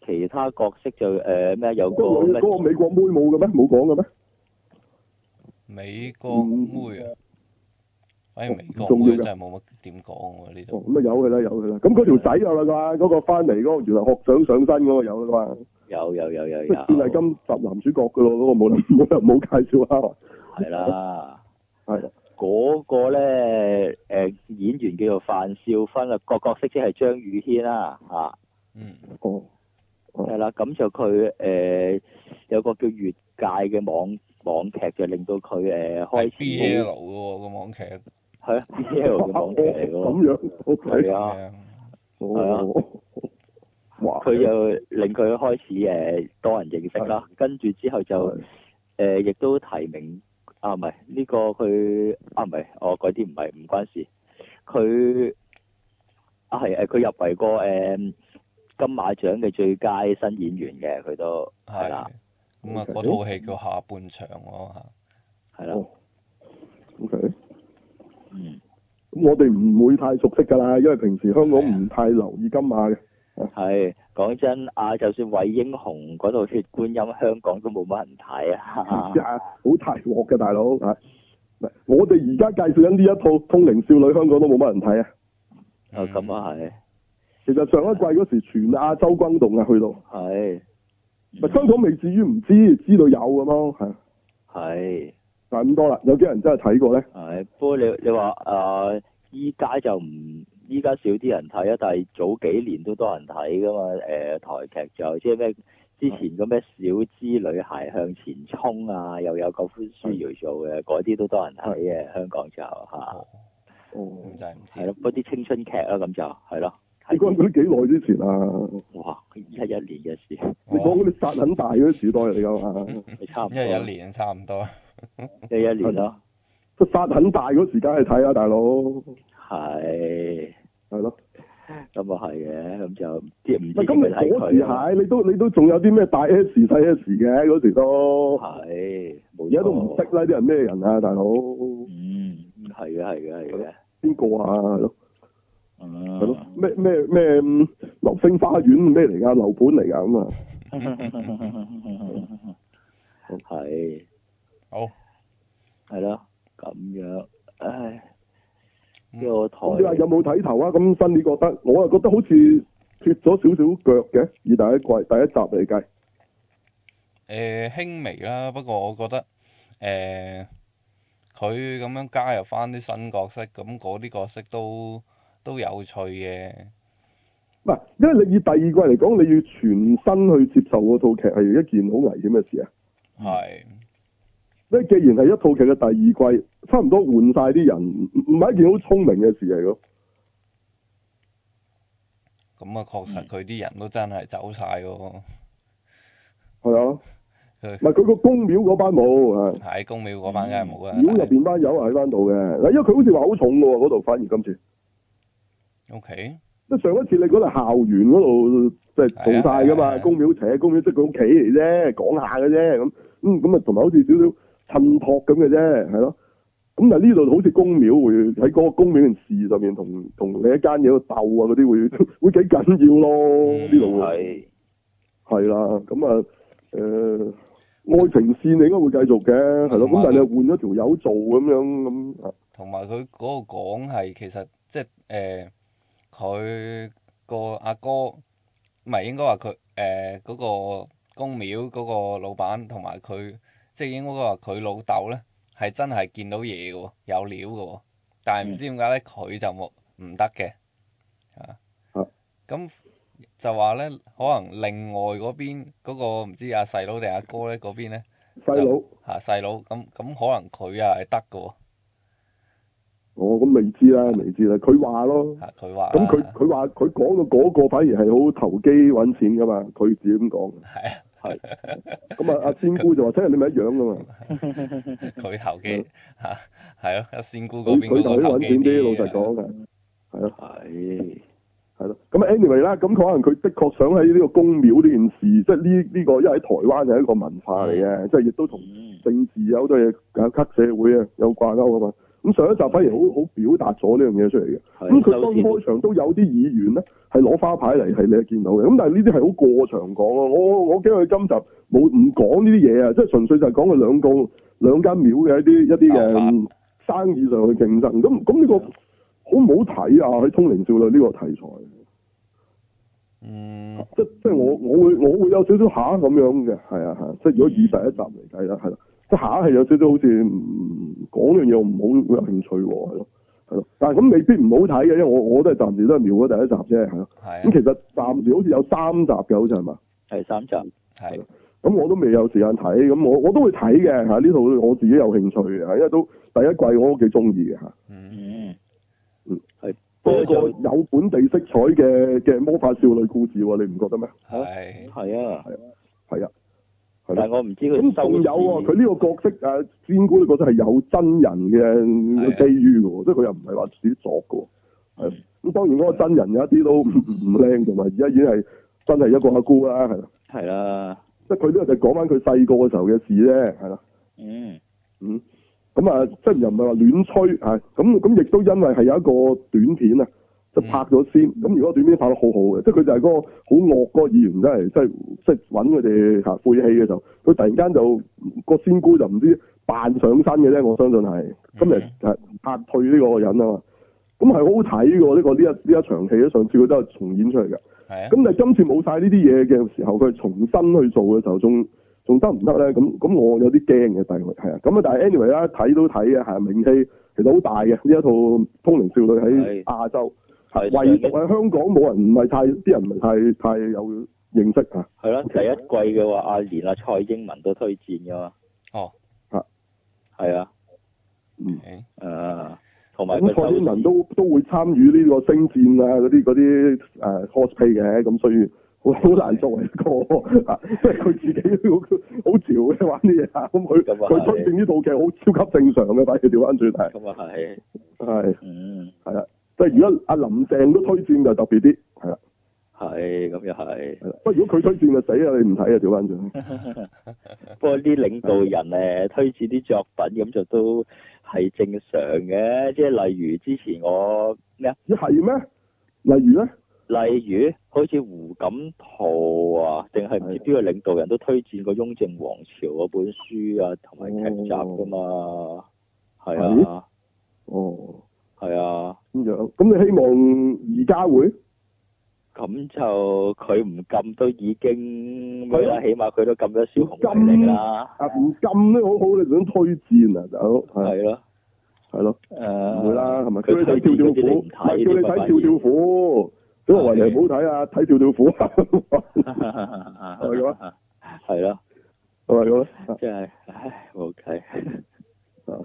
B: 其他角色就誒咩有個
A: 嗰個
B: 咩
A: 嗰個美國妹冇嘅咩？冇講嘅咩？
C: 美國妹啊，哎，美國
A: 重要
C: 妹
A: 㗎
C: 真係冇乜點講喎呢
A: 哦
C: 度。，
A: 咁啊有佢啦，有佢啦。咁嗰條仔有啦啩，嗰、個翻嚟嗰個原來學長上身嗰個有啦啩，
B: 有有有有
A: 即
B: 有
A: 係算係今集男主角嘅咯，嗰、個冇冇冇冇介紹啊，
B: 係啦。
A: 係
B: 嗰個咧誒、演員叫做范少芬啊，個角色即係張雨軒啦嚇，
C: 嗯，
A: 哦，
B: 係啦，咁就佢誒、有個叫越界嘅網網劇，就令到佢誒、開
C: 係
B: 始
C: BL 嘅喎個網劇。
B: 係啊 BL 嘅網劇嚟嘅喎，
A: 咁樣，OK，
B: 係啊
C: 係啊，
A: 哦，哇，
B: 佢就令佢開始誒、多人認識啦，跟住之後就誒
A: 係、
B: 呃亦都提名啊，唔係呢個佢啊，唔係哦嗰啲唔係唔關事，佢啊係誒佢入圍過誒、呃金馬獎嘅最佳新演員嘅，佢都係
C: 係
B: 啦。
C: 咁啊，
A: OK
C: 嗰套戲叫下半場喎嚇。
B: 係啦，
A: 哦，OK，咁
B: 嗯
A: 我哋唔會太熟悉㗎啦，因為平時香港
B: 啊
A: 唔太留意金馬嘅，
B: 係講真啊，就算魏英雄嗰套《血觀音》，香港都冇乜人 睇啊。
A: 啊好大鑊嘅大佬啊！唔係我哋而家介紹緊呢一套《通靈少女》，香港都冇乜人睇啊！
B: 啊咁啊係
A: 其實上一季嗰時，全亞洲轟動啊，去到。
B: 係嗯
A: 咪香港未至於唔知，知道有咁咯，係，
B: 係。
A: 但係咁多啦。有啲人真係睇過咧，
B: 係，啊不過你你話誒，依、家就唔依家少啲人睇啊，但係早幾年都多人睇噶嘛。誒、台劇就即係咩之前嗰咩小資女孩向前衝啊，又有個歡舒瑤做
A: 嗯
B: 嘅，嗰啲都多人睇嘅。香港就嚇
C: 哦
A: 哦
C: 咁，就係唔
B: 啊係
C: 知
B: 咯，。嗰啲青春劇啦，咁就係咯。
A: 你講
B: 係
A: 嗰啲幾耐之前啊？
B: 哇，一一年嘅事，
C: 哦
A: 你講嗰啲殺很大嗰啲時代嚟㗎嘛？
B: 你差唔
C: 因
B: 多
C: 為一年差唔多。
B: 一一年咯，
A: 即係殺很大嗰時間去睇啊，大佬，係
B: 係
A: 咯。
B: 咁啊係嘅，咁就即係唔
A: 咪
B: 知
A: 咁
B: 點
A: 你
B: 去睇
A: 嗰時
B: 佢啊。
A: 係，你都你都仲有啲咩大 S 細 S 嘅嗰時都，
B: 係，冇
A: 而家都唔識
B: 錯
A: 啦，啲人咩人啊，大佬，
B: 嗯，係嘅，係嘅，係嘅，
A: 邊個啊？係咯，係咯
B: 嗯，，
A: 咩咩咩嗯流星花園咩嚟㗎？樓盤嚟㗎咁啊？
B: 係
C: 好，
B: 係咯，咁樣，唉，
C: 嗯
B: 呢個台
A: 咁你話有冇睇頭啊？咁新你覺得，我啊又覺得好似脱咗少少腳嘅，以第一季第一集嚟計，
C: 誒輕微啦，不過我覺得誒佢咁樣加入翻啲新角色，咁嗰啲角色都都有趣嘅。
A: 唔係，因為你以第二季嚟講，你要全身去接受嗰套劇係一件好危險嘅事啊！
C: 係
A: 因為既然係一套劇嘅第二季，差唔多換晒啲人，唔唔係一件好聰明嘅事嚟咯。
C: 咁啊，確實佢啲人都真係走晒喎。
A: 係啊，唔係
C: 佢
A: 佢個公廟嗰班冇啊，
C: 喺公廟嗰班梗係啊冇啦。
A: 廟入邊班友係喺翻度嘅。嗱，因為佢好似話好重嘅喎，嗰度反而今次，
C: O K，
A: 即係上一次你嗰度校園嗰度即係做晒㗎
C: 係啊係
A: 嘛，
C: 啊
A: 公廟扯公廟即係佢屋企嚟啫，講下嘅啫咁，嗯咁啊同埋好似少少襯托咁嘅啫，係咯。咁但係呢度好似公廟會喺嗰個公廟件事上面同同你一間嘢度鬥啊嗰啲會會幾緊要咯，
C: 嗯
A: 呢度啊會係
B: 係
A: 啦，咁啊誒愛情線你應該會繼續嘅，係咯。咁但係你換咗條友做咁樣咁啊
C: 同埋佢嗰個講係其實即係誒佢個阿哥，唔係應該話佢誒嗰個公廟嗰個老闆同埋佢，即係應該話佢老豆咧係真係見到嘢嘅喎，有料嘅喎，
A: 嗯
C: 但係唔知點解咧佢就冇唔得嘅啊
A: 啊，
C: 咁就話咧可能另外嗰邊嗰個唔知阿細佬定阿哥咧嗰邊咧
A: 細佬
C: 啊嚇細佬咁咁可能佢啊係得嘅喎。
A: 哦，咁未知啦，未知啦，佢話咯。
C: 嚇啊佢話
A: 咁佢佢話佢講到嗰個反而係好投機揾錢噶嘛，佢自己咁講。
C: 係啊，
A: 咁啊，阿仙姑就話：，真係你咪一樣噶嘛。
C: 佢投機嚇係咯，阿仙姑嗰
A: 嗯佢
C: 邊
A: 佢就啲
C: 嗰個投
A: 揾
C: 機
A: 錢啲，老
C: 啊
A: 實講嘅，係咯
B: 係
A: 係咯。咁 anyway 啦，咁佢可能佢的確想喺呢個宮廟呢件事，即係呢呢個，因為喺台灣係一個文化嚟嘅，即係亦都同
B: 嗯
A: 政治啊好多嘢啊黑社會啊有掛鈎噶嘛。咁上一集反而好好表達咗呢樣嘢出嚟嘅。
B: 係
A: 咁佢當
B: 收錢
A: 開場都有啲議員咧係攞花牌嚟，係你係見到嘅。咁但係呢啲係好過場講咯。我我驚佢今集冇唔講呢啲嘢啊，即係純粹就係講佢兩個兩間廟嘅一啲一啲嘅
C: 鬥法
A: 嗯生意上嘅競爭。咁咁
B: 啊
A: 呢個好唔好睇啊？喺《通靈少女》呢個題材，
C: 嗯
A: 即即係我我會我會有少少下咁樣嘅，係啊係啊。即係如果以第一集嚟計啦，係啦，即係下係有少少好似唔講樣嘢我唔好有興趣喎，係咯係咯。但係咁未必唔好睇嘅，因為我我都係暫時都係瞄咗第一集啫，係咯。咁
C: 係啊
A: 其實暫時好似有三集嘅，好似係嘛？
B: 第三集
C: 啊係
A: 咁我都未有時間睇，咁我我都會睇嘅啊嚇。呢套我自己有興趣嘅，因為都第一季我都幾中意嘅嚇。
C: 嗯
B: 嗯
A: 嗯
B: 係
A: 多
B: 不過
A: 個
B: 就
A: 有本地色彩嘅嘅魔法少女故事喎，你唔覺得咩？
C: 係
B: 係啊，
A: 係啊，係
B: 但係
A: 咯。
B: 我唔知佢
A: 咁
B: 收
A: 仲有喎，
B: 錢
A: 佢呢個角色啊，仙姑呢個角色係有真人
C: 係啊
A: 嘅基於嘅喎，即係佢又唔係話自己作嘅喎。係啊咁當然嗰個真人有一啲都唔唔靚，同埋而家已經係真係一個阿姑啦，係啦。
B: 係啦，
A: 即係佢呢個就講翻佢細個嘅時候嘅事啫，係啦。
B: 嗯
A: 嗯，咁啊，即係又唔係話亂吹啊，咁咁亦都因為係有一個短片啊，就拍咗先。咁、如果短片拍得好好嘅，即係佢就係嗰個好惡嗰個議員，真係即係即係揾佢哋嚇晦氣嘅時候，佢突然間就個仙姑就唔知扮上身嘅啫，我相信係。咁嚟係拍退呢個人啊嘛，咁係好好睇嘅喎，呢、個呢一呢一場戲咧，上次佢都係重演出嚟嘅。
C: 係啊
A: 咁但係今次冇晒呢啲嘢嘅時候，佢係重新去做嘅時候，仲仲得唔得咧？咁咁我有啲驚嘅，但係係啊，咁啊，但係 anyway 啦，睇都睇嘅，係名氣其實好大嘅呢一套《通靈少女》喺
B: 係
A: 亞洲，
B: 係
A: 唯獨喺香港冇人唔係太啲人唔係太太有認識啊。
B: 係啦，第一季嘅話，阿連阿蔡英文都推薦噶嘛。
C: 哦。
A: 啊。
B: 係啊，
A: 嗯，
C: 係
B: 誒，同埋
A: 咁
B: 佢
A: 蔡英文
B: 收
A: 都都會參與呢個星戰啊嗰啲嗰啲誒 cosplay 嘅，咁所以好好難作為一個啊，即係佢自己好好潮嘅玩啲嘢啊，咁佢
B: 咁啊
A: 佢推薦呢套劇好超級正常嘅，反而調翻轉係
B: 咁啊係，
A: 係
B: 嗯，
A: 係啦，即係如果阿林鄭都推薦就特別啲，係啦
B: 係咁又係。
A: 係啦，不過如果佢推薦就死啦，你唔睇啊調翻轉，
B: 不過啲領導人誒推薦啲作品咁就都係正常嘅，即係例如之前我咩啊？
A: 咦係咩？例如咧，
B: 例如好似胡錦濤啊，定係唔知邊個領導人都推薦過《雍正王朝》嗰本書啊，同埋劇集噶嘛，係啊，
A: 哦
B: 係啊，
A: 咁樣，咁你希望而家會？
B: 咁就佢唔禁都已經咩
A: 係啊
B: 啦，起碼佢都禁咗小紅俾你㗎啦，
A: 啊唔禁咧好好，你想推薦啊大佬，係
B: 係咯，
A: 係咯。
B: 誒，
A: 唔會啦，係咪？叫
B: 佢
A: 你睇
B: 推
A: 跳
B: 薦
A: 跳
B: 嗰啲你
A: 虎，
B: 唔
A: 唔係叫
B: 睇，
A: 你啊睇跳跳虎，咁我話你唔好睇啊，睇跳跳虎，係係咪咁咪
B: 跳 係咯，
A: 咁咧？
B: 即係唉冇計。
A: 啊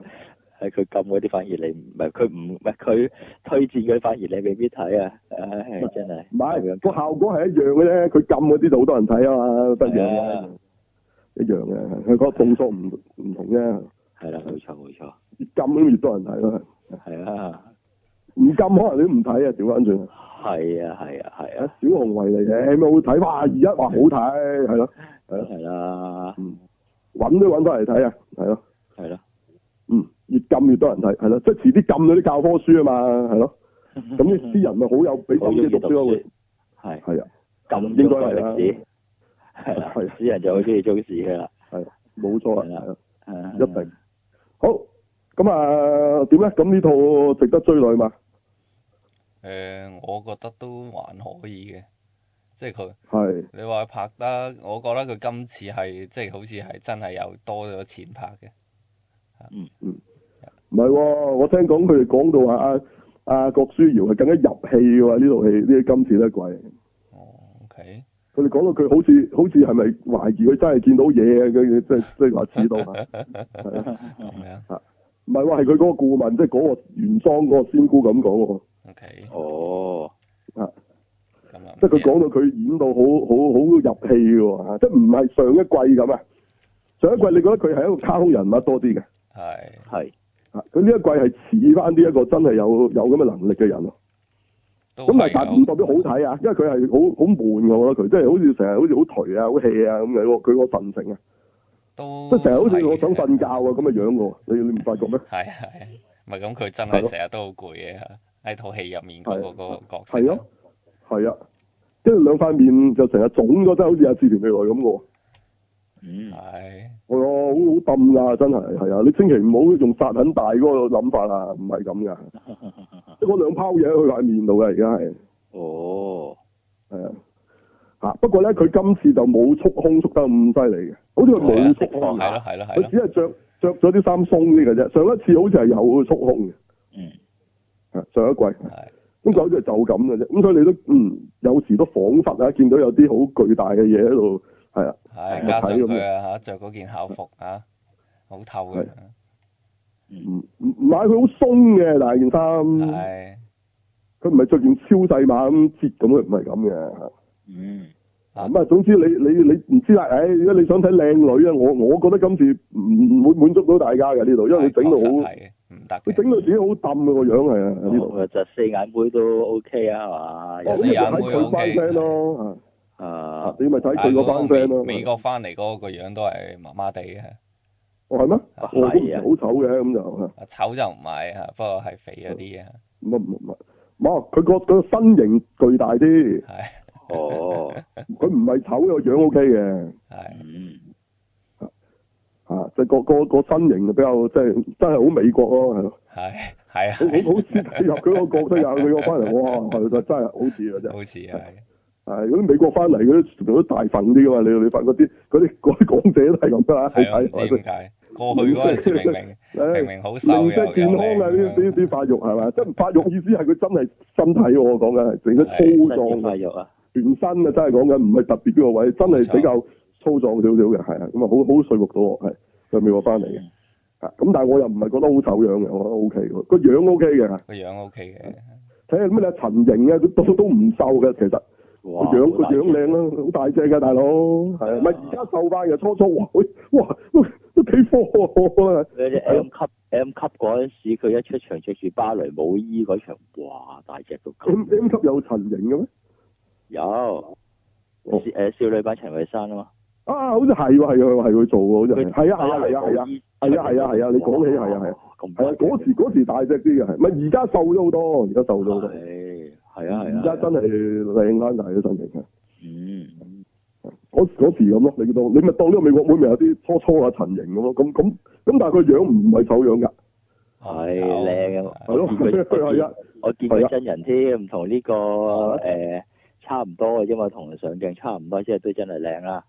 B: 係佢禁嗰啲反而你唔係佢唔唔係佢推薦嗰啲反而你未必睇啊！唉，真係
A: 唔係啊
B: 咁
A: 個
B: 樣
A: 效果係一樣嘅啫，佢禁嗰啲就好多人睇啊嘛，得一樣
B: 係
A: 嘅
B: 啊，
A: 一樣嘅，佢個動作唔唔同啫，
B: 係啦，冇錯冇錯，
A: 越禁咁越多人睇咯，
B: 係啊，
A: 唔禁可能你都唔睇啊，調翻轉。
B: 係啊，係啊，係
A: 啊
B: 啊，
A: 小紅為嚟嘅，咩好睇？哇！而家話好睇，係咯，
B: 係啦，
A: 嗯，揾都揾翻嚟睇啊，係咯，
B: 係啦，
A: 嗯，越禁越多人睇，係咯，即係遲啲禁咗啲教科書啊嘛，係咯。
B: 嗯
A: 咁啲人咪好有俾心機讀書咯，會
B: 係
A: 係啊，
B: 禁
A: 應該
B: 咗個
A: 係啦
B: 歷史，係啦，
A: 係啊
B: 啲人就好中意中史嘅啦，
A: 冇錯啊
B: 係啦
A: 係啊，
B: 一
A: 一定好咁啊？點咧？咁呢套值得追女嘛？
C: 誒，我覺得都還可以嘅，即係佢
A: 係
C: 你話佢拍得，我覺得佢今次係即係好似係真係有多咗錢拍嘅，
A: 唔係喎？我聽講佢哋講到話阿阿郭書瑤係更加入戲嘅喎，呢套戲呢今次呢一季。
C: 哦，OK，
A: 佢哋講到佢好似好似係咪懷疑佢真係見到嘢嘅？佢佢即係即係話似到啊！
C: 咁樣，
A: 唔係話係佢嗰個顧問，即係嗰個原裝嗰個仙姑咁講喎。
C: ，OK，
B: 哦，
C: 咁啊，
A: 即係佢講到佢演到好好好入戲嘅喎，啊即係唔係上一季咁啊？上一季你覺得佢係一個卡通人物多啲嘅，
C: 係
B: 係，
A: 啊佢呢一季係似翻呢一個真係有有咁嘅能力嘅人咯。
C: 都
A: 咁但係
C: 係啊
A: 但
C: 有
A: 唔代表好睇啊，因為佢係好好悶嘅，我覺得佢即係好似成日好似好頹啊、好 hea 啊咁樣喎，佢個神情啊，
C: 都
A: 即係成日好似
C: 係
A: 我想
C: 嘅
A: 瞓覺啊咁嘅樣喎，你你唔發覺咩？
C: 嗯係啊係，唔係咁佢真
A: 係咯
C: 係成日都好攰嘅，喺套戲入面嗰
A: 係啊
C: 個嗰個角色。
A: 係咯，係啊，跟住兩塊面就成日腫咗，真係好似阿志田未來咁嘅喎。
B: 嗯，
C: 係
A: 係啊，好好抌啊，真係係啊！你千祈唔好用殺很大嗰個諗法啊，唔係 咁噶，即係嗰兩泡嘢喺佢塊面度嘅，而家係啊
B: 哦，
A: 係啊嚇。不過咧，佢今次就冇束胸束得咁犀利嘅，好似佢冇啊束
C: 哦
A: 胸
C: 係
A: 㗎，
C: 咯係咯係
A: 佢
C: 咯
A: 只係着着咗啲衫鬆啲嘅啫。上一次好似係有束胸嘅，
B: 嗯，
A: 係上一季
C: 係
A: 咁就好似就咁嘅啫。咁所以你都嗯有時都彷彿啊，見到有啲好巨大嘅嘢喺度，係啊，
C: 係，
B: 係
C: 加上
A: 睇咁
C: 佢啊嚇着嗰件校服啊，好透嘅，
A: 唔唔唔係佢好鬆嘅，但係件衫。
C: 係
A: 佢唔係着件超細碼咁摺咁，佢唔係咁嘅。
B: 嗯，
C: 啊
A: 咁啊，總之你你你唔知啦。唉、如果你想睇靚女啊，我我覺得今次唔會滿足到大家嘅呢度，因為你整到
C: 確實
A: 好，
C: 係唔得
A: 你整
C: 嘅，
A: 到自己好揼嘅個樣係啊呢度。
B: 我就四眼妹都 OK 啊，係嘛，有
C: 有
A: 哦咁啊你
C: 四
A: 咪
C: 眼
A: 睇佢班
C: 妹 OK
A: friend 咯，啊
B: 啊，
A: 你咪睇佢嗰班
C: 但係
A: friend 啊
C: 嗰個
A: 咯。
C: 美美國翻嚟嗰個樣都係麻麻地嘅，
A: 哦係咩？
C: 啊
A: 我都唔
B: 係啊
A: 係好醜嘅咁就嚇，
C: 啊醜就唔係嚇，不過係肥咗啲嘅，啊
A: 唔係唔係唔係，冇佢個佢個身形巨大啲，
C: 係
B: 哦，
A: 佢唔係醜個樣 OK 嘅。
C: 係
B: 嗯，
A: 啊！即係個個個身形就比較即係真係好美國咯，係咯。
C: 係係
A: 好好
C: 係，
A: 好似睇入佢個角色啊，佢個翻嚟，哇，係就真係好似啊，真係。
C: 好似係
A: 係嗰啲美國翻嚟嗰啲全部都大份啲噶嘛，你你發覺啲嗰啲嗰啲港姐都係咁啦，
C: 係啊，唔
A: 係咪
C: 知點解過去嗰陣時明明
A: 唉
C: 明明好瘦
A: 零舍
C: 又
A: 健
C: 又
A: 康啊！呢啲
C: 靚，
A: 呢啲發育係嘛？即係發育意思係佢真係身體喎，我講緊係整得粗
B: 身
A: 壯
B: 發
A: 嘅，
B: 育啊，
A: 全身啊真係講緊，唔係特別邊個位，真係比較粗壯少少嘅，係啊，咁啊好好說服到我係佢美國翻嚟嘅，啊咁但係我又唔係覺得好醜樣嘅，我覺得 O K 嘅，個樣 O K 嘅。
C: 個樣 OK 嘅，
A: 睇下咩啊，陳瑩啊，佢都都唔瘦嘅，其實個
B: 哇，
A: 樣個
B: 好大隻
A: 樣靚啊啦，好大隻嘅大佬，係啊，唔係而家瘦翻嘅，初初哇，佢哇都都幾科啊，
B: 嗰只 M 級 M 級嗰陣時，佢一出場着住芭蕾舞衣嗰場，哇！大隻到
A: M
B: 咁，
A: M 級有陳瑩嘅咩？
B: 有
A: 嗯哦
B: 誒、少女版陳慧珊啊嘛，
A: 啊，好似係喎，係喎，係佢做喎，好似係，係啊，
B: 芭
A: 係
B: 蕾
A: 啊，係啊，係
B: 舞
A: 啊，
B: 衣
A: 係啊係啊係啊你講起係啊係啊，
B: 哇咁
A: 係啊，嗰時嗰時大隻啲嘅，係咪而家瘦咗好多？而家瘦咗好多，
B: 係係啊係啊，
A: 而家真係靚翻大嘅陳瑩啊！
B: 嗯
A: 嗰嗰時咁咯，你當你咪當呢個美國妹咪有啲初初啊陳瑩咁咯，咁咁咁，但係個樣唔係醜樣㗎，
B: 係
C: 醜
B: 靚啊，
A: 係咯， 係啊。
B: 我見
A: 係啊
B: 佢真人添，同呢、個
A: 啊
B: 誒、差唔多嘅啫嘛，同上鏡差唔多，即係都真係靚啦。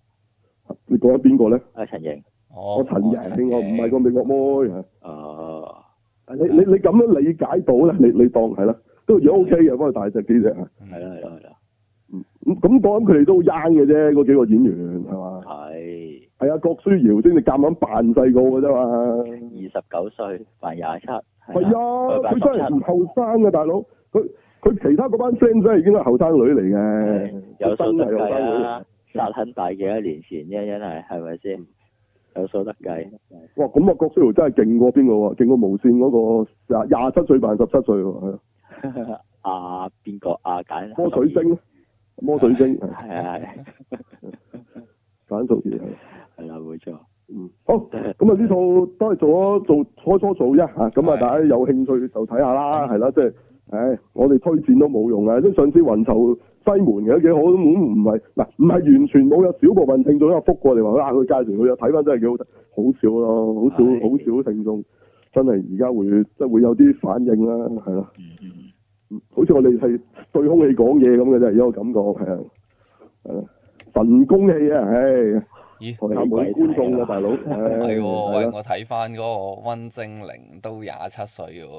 A: 你講緊邊個咧？
B: 阿陳瑩，
C: 哦我
A: 我陳瑩，我唔係個美國妹啊！
B: 啊
A: 你你你咁樣理解到咧，你你當係啦，都如果 OK 嘅，幫佢大隻幾隻啊！
B: 係啦係啦係啦，
A: 嗯咁咁講佢哋都好 young 嘅啫，嗰幾個演員係嘛？
B: 係
A: 係啊，郭書瑤先至夾硬扮細個嘅啫嘛。
B: 二十九歲扮廿七，
A: 係
B: 係
A: 啊，
B: 啊佢
A: 佢真係唔後生嘅大佬，佢佢其他嗰班 friend 真係已經係後生女嚟嘅，
B: 嗯有數
A: 真
B: 得
A: 係嗯後
B: 計
A: 生女嚟
B: 啊！殺很大幾多年前啫，真係係咪先？有數得計，
A: 哇，咁啊，郭書瑤真係勁過邊個喎？勁過無線嗰個廿廿七歲扮十七歲喎，係啊
B: 啊邊個啊簡
A: 魔水晶，魔水晶係
B: 係啊係啊
A: 反數字係。
B: 係啦冇錯，
A: 嗯，好，咁啊呢套都係做咗做初初做啫嚇，咁啊
C: 係
A: 大家有興趣就睇下啦，係啦，即係，唉，我哋推薦都冇用啊，即係上次雲籌西門嘅都幾好，咁唔係嗱唔係完全冇，有少部分聽眾有覆過嚟話啊，佢介紹佢有睇翻真係幾好睇，好少咯，好少好
B: 係
A: 少聽眾真係而家會即係會有啲反應啦，係啦，
B: 嗯嗯
A: 好似我哋係對空氣講嘢咁嘅啫，而家個感覺係啊，係啊神功氣啊，唉。
C: 咦？
A: 台下冇觀眾啊嘅大佬，
C: 唔
A: 係
C: 啊係喎，喂！我睇翻嗰個温精靈都廿七歲嘅喎，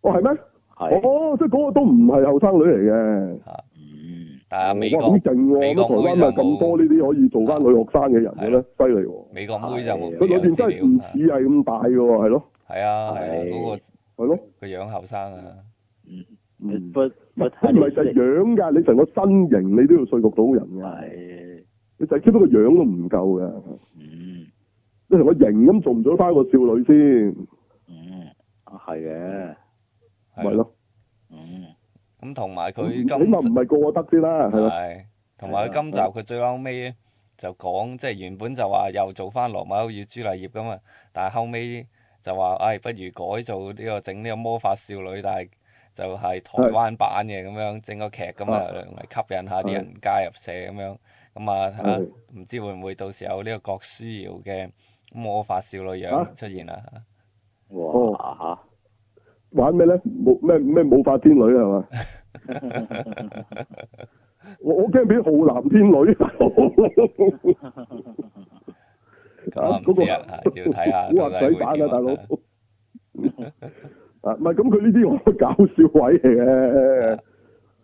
A: 哦係咩？
B: 係
A: 哦，即係嗰個都唔係後生女嚟嘅。
C: 嚇！
B: 嗯
C: 但啊係美
A: 哦哇咁
C: 國
A: 勁喎！
C: 美
A: 乜
C: 國
A: 台灣
C: 妹
A: 咪
C: 就
A: 咁多
C: 冇
A: 呢啲可以做翻女學生嘅人嘅咧，犀利喎！
C: 美國妹就冇
A: 佢裏
C: 有
A: 邊
C: 資
A: 真係唔
C: 料，
A: 似係咁大嘅喎，係咯，
C: 係啊，係啊，
B: 係
C: 嗰
A: 係咯，
C: 個個樣後生啊，
B: 嗯，
A: 嗯
B: 不不
A: 佢唔係就係樣㗎，你成個身形你都要說服到人㗎，
B: 係，
A: 你就係 keep 到個樣都唔夠㗎，
B: 嗯
A: 你成個型咁做唔做翻個少女先，
B: 嗯，啊係嘅，
A: 咪咯，嗯
B: 嗯
C: 咁同埋佢
A: 起
C: 今
A: 碼唔係個個得先啦，係啊咪？
C: 係，同埋佢今集佢最後尾咧就講，即係原本就話又做翻羅密歐與朱麗葉咁啊，但係後尾就話，唉、不如改做呢、個整呢個魔法少女，但係就係台灣版嘅咁樣整個劇咁啊，嚟吸引下啲人加入社咁樣。咁啊，睇下
A: 係
C: 唔知會唔會到時候有呢個郭書瑤嘅魔法少女
A: 啊
C: 樣出現啊？
B: 哦哇
A: 玩咩咧？冇咩咩冇法天女啊係 嘛？我我驚俾浩南天女，
C: 咁啊唔知啊，
A: 啊
C: 係要睇下
A: 古惑
C: 到底
A: 仔
C: 會
A: 版
C: 點
A: 啊，大佬
C: 啊。
A: 啊，唔係咁佢呢啲我搞笑位嚟 嘅。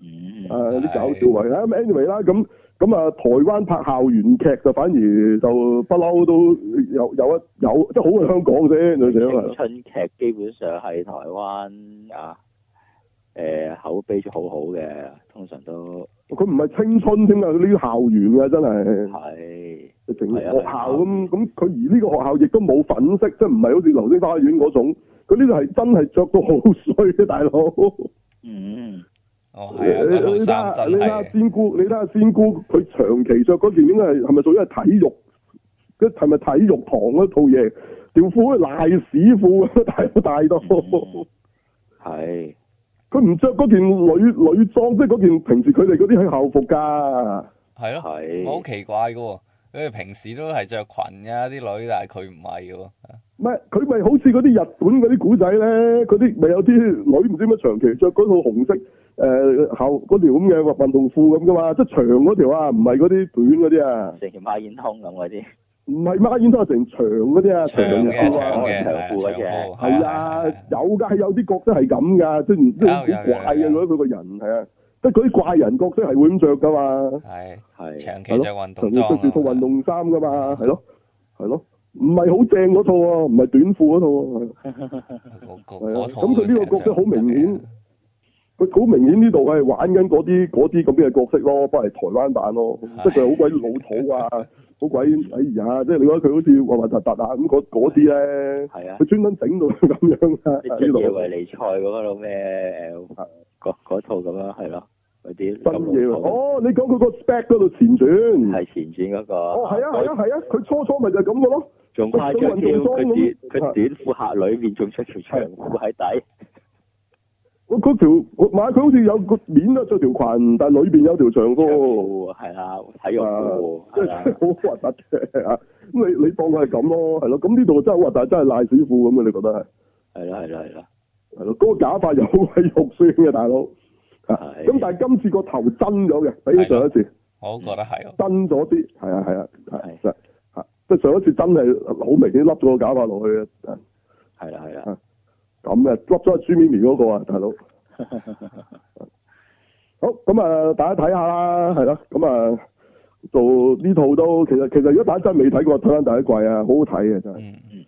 B: 嗯
A: 誒啲搞笑位啦。咁 anyway 啦，咁咁啊，台灣拍校園劇就反而就不嬲都有有一有，即係好過香港啫，就想
B: 青
A: 係。
B: 春劇基本上係台灣啊，誒、口碑好好嘅，通常都
A: 佢唔係青春添啊，佢呢啲校園嘅真係
B: 係
A: 成
B: 係啊
A: 學校咁咁，佢而呢個學校亦都冇粉色，即係唔係好似流星花園嗰種。佢呢度係真係着到好衰嘅大佬。
B: 嗯
C: 哦，係啊，
A: 你
C: 佢後
A: 你睇
C: 生
A: 下，
C: 真
A: 你睇下
C: 係。
A: 仙姑，你睇下仙姑，佢長期着嗰件應該係係咪屬於係體育？佢係咪體育堂嗰套嘢？條褲賴屎褲啊， 大佬大到！
B: 嗯係
A: 佢唔着嗰件女女裝，即係嗰件平時佢哋嗰啲係校服㗎。
C: 係咯。
B: 係
C: 我好奇怪嘅喎，佢哋平時都係着裙㗎啲女，但係佢唔係嘅喎。
A: 唔係佢咪好似嗰啲日本嗰啲古仔咧，嗰啲咪有啲女唔知乜長期着嗰套紅色誒、呃、校嗰條咁嘅運動褲咁㗎嘛，即係長嗰條啊，唔係嗰啲短嗰啲啊。
B: 成條馬煙通咁嗰啲，
A: 唔係孖煙都係成長嗰啲啊，
C: 長
A: 嘅
C: 嘅，
A: 褲
C: 長
A: 啊，
C: 嘅，係啊
B: 長褲嗰隻
A: 係
C: 長褲
A: 啊，有噶，係有啲角色係咁噶，即係即係好
C: 有有有
A: 怪嘅
C: 有
A: 嗰佢個人係啊，即係嗰啲怪人角色係會咁着噶嘛，
C: 係係
B: 係
C: 長期
A: 啊係咯
C: 着運動
A: 同佢
C: 裝啊
A: 着住套運動衫噶嘛，係咯，係咯，唔係好正嗰套啊，唔係短褲嗰套啊，係啊
C: 嗰嗰嗰套
A: 咁佢呢個角色好明
C: 成日
A: 顯，佢好明顯呢度係玩緊嗰啲嗰啲咁嘅角色咯，不過係台灣版咯，即係佢好鬼老土啊，好鬼哎呀，即係你覺得佢好似核核突突啊咁嗰嗰啲咧。
B: 係啊
A: 佢，專登整到咁樣啊！
B: 你
A: 呢
B: 真嘢
A: 度
B: 為尼賽嗰度咩誒嗰嗰套咁樣係咯，嗰啲
A: 真嘢喎！
B: 咁老土
A: 哦，你講佢個 spec 嗰度前傳，
B: 係前傳嗰個，
A: 哦係啊係啊係啊，佢初初咪就係咁嘅啊咯，
B: 仲誇張
A: 佢
B: 添，
A: 運動裝
B: 佢
A: 咁
B: 短佢短褲客裏面仲出條長褲啊喺底，
A: 我嗰條我買佢好似有個面都着條裙，但係裏邊有條長
B: 長
A: 褲，
B: 褲係啦，體育
A: 啊
B: 褲
A: 即
B: 係
A: 係
B: 啦。
A: 好核突嘅啊！咁你你當佢係咁咯，係咯？咁呢度真係好核突，真係賴屎褲咁啊！你覺得係
B: 係啊啦，係啦，係啦，
A: 係咯？嗰個假髮又好鬼肉酸嘅大佬，啊
B: 係
A: 咁但係今次個頭真咗嘅，比起上一次。
C: 我都覺得係喎。
A: 真咗啲，係啊係啊，係
B: 係
A: 實係即係上一次真係好明顯笠咗個假髮落去嘅，係
B: 係啦，係啦，
A: 咁嘅笠咗阿朱咪咪嗰個啊，大佬。 好咁啊，大家睇下啦，係啦，咁啊，做呢套都其實其實如果大家真係未睇過，睇翻第一季啊，好好睇嘅真係，
C: 嗯，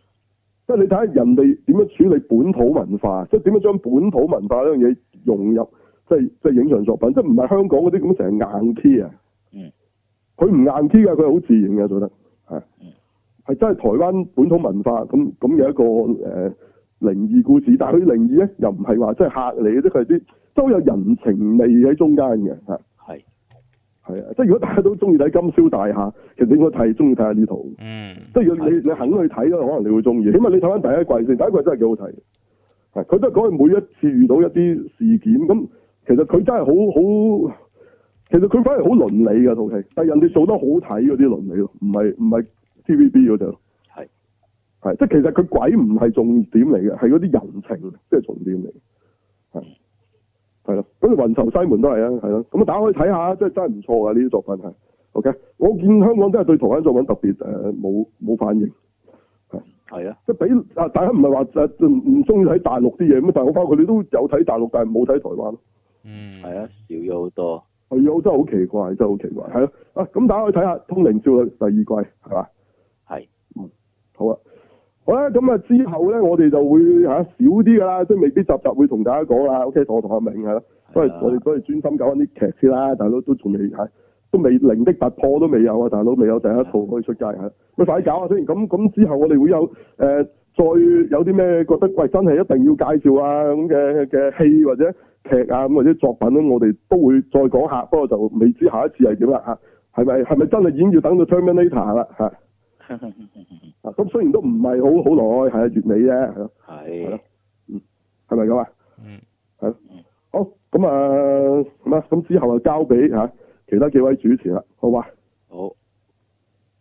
A: 即係你睇下人哋點樣處理本土文化，即係點樣將本土文化呢樣嘢融入即係即係影像作品，即係唔係香港嗰啲咁成日硬 key 啊。
B: 嗯，
A: 佢唔硬 key 啊㗎，佢係好自然嘅做得，係
B: 嗯
A: 係真係台灣本土文化咁咁嘅一個誒、呃靈異故事，但係佢靈異咧又唔係話即係嚇你，即係佢係啲都有人情味喺中間嘅，係
B: 係，
A: 係啊，即係如果大家都中意睇《金宵大廈》，其實應該睇中意睇下呢套，
C: 嗯，
A: 即係如果你你肯去睇咧，可能你會中意，起碼你睇翻第一季先，第一季真係幾好睇，係佢都係講佢每一次遇到一啲事件咁，其實佢真係好好。其實佢反而好倫理嘅套戲，但係人哋做得好睇嗰啲倫理咯，唔係唔係 TVB 嗰隻咯，
B: 係，
A: 係即係其實佢鬼唔係重點嚟嘅，係嗰啲人情即係重點嚟嘅，係係咯，咁你雲愁西門都係啊，係咯，咁啊大家可以睇下，即係真係唔錯啊呢啲作品係，OK，我見香港真係對台灣作品特別誒冇冇反應。
B: 係啊，
A: 即係俾啊！大家唔係話誒唔唔中意睇大陸啲嘢咁，但係我發覺你都有睇大陸，但係冇睇台灣。
C: 嗯，
B: 係啊，少咗好多，
A: 係啊，真係好奇怪，真係好奇怪，係咯。啊，咁大家可以睇下《通靈少女》第二季，係嘛？
B: 係，
A: 好啊。好啦，咁啊之後咧，我哋就會嚇、少啲噶啦，即係未必集集會同大家講啦。OK，我同阿明係啦，都係我哋都係專心搞緊啲劇先啦，大佬都仲未嚇，都未零的突破都未有啊，大佬未有第一套可以出街嚇，咪快啲搞啊下先。咁咁之後我哋會有誒、呃再有啲咩覺得喂真係一定要介紹啊咁嘅嘅戲或者劇啊咁或者作品咧，我哋都會再講下，不過就未知下一次係點啦嚇。係咪係咪真係已經要等到 Terminator 啦嚇？啊咁雖然都唔係好好耐，係啊月尾啫，係咯，係咯
B: 係，
A: 係咪咁啊？
C: 嗯，
A: 好，咁啊，咁啊，咁之後就交俾嚇、啊其他幾位主持啦，好嘛？
B: 好，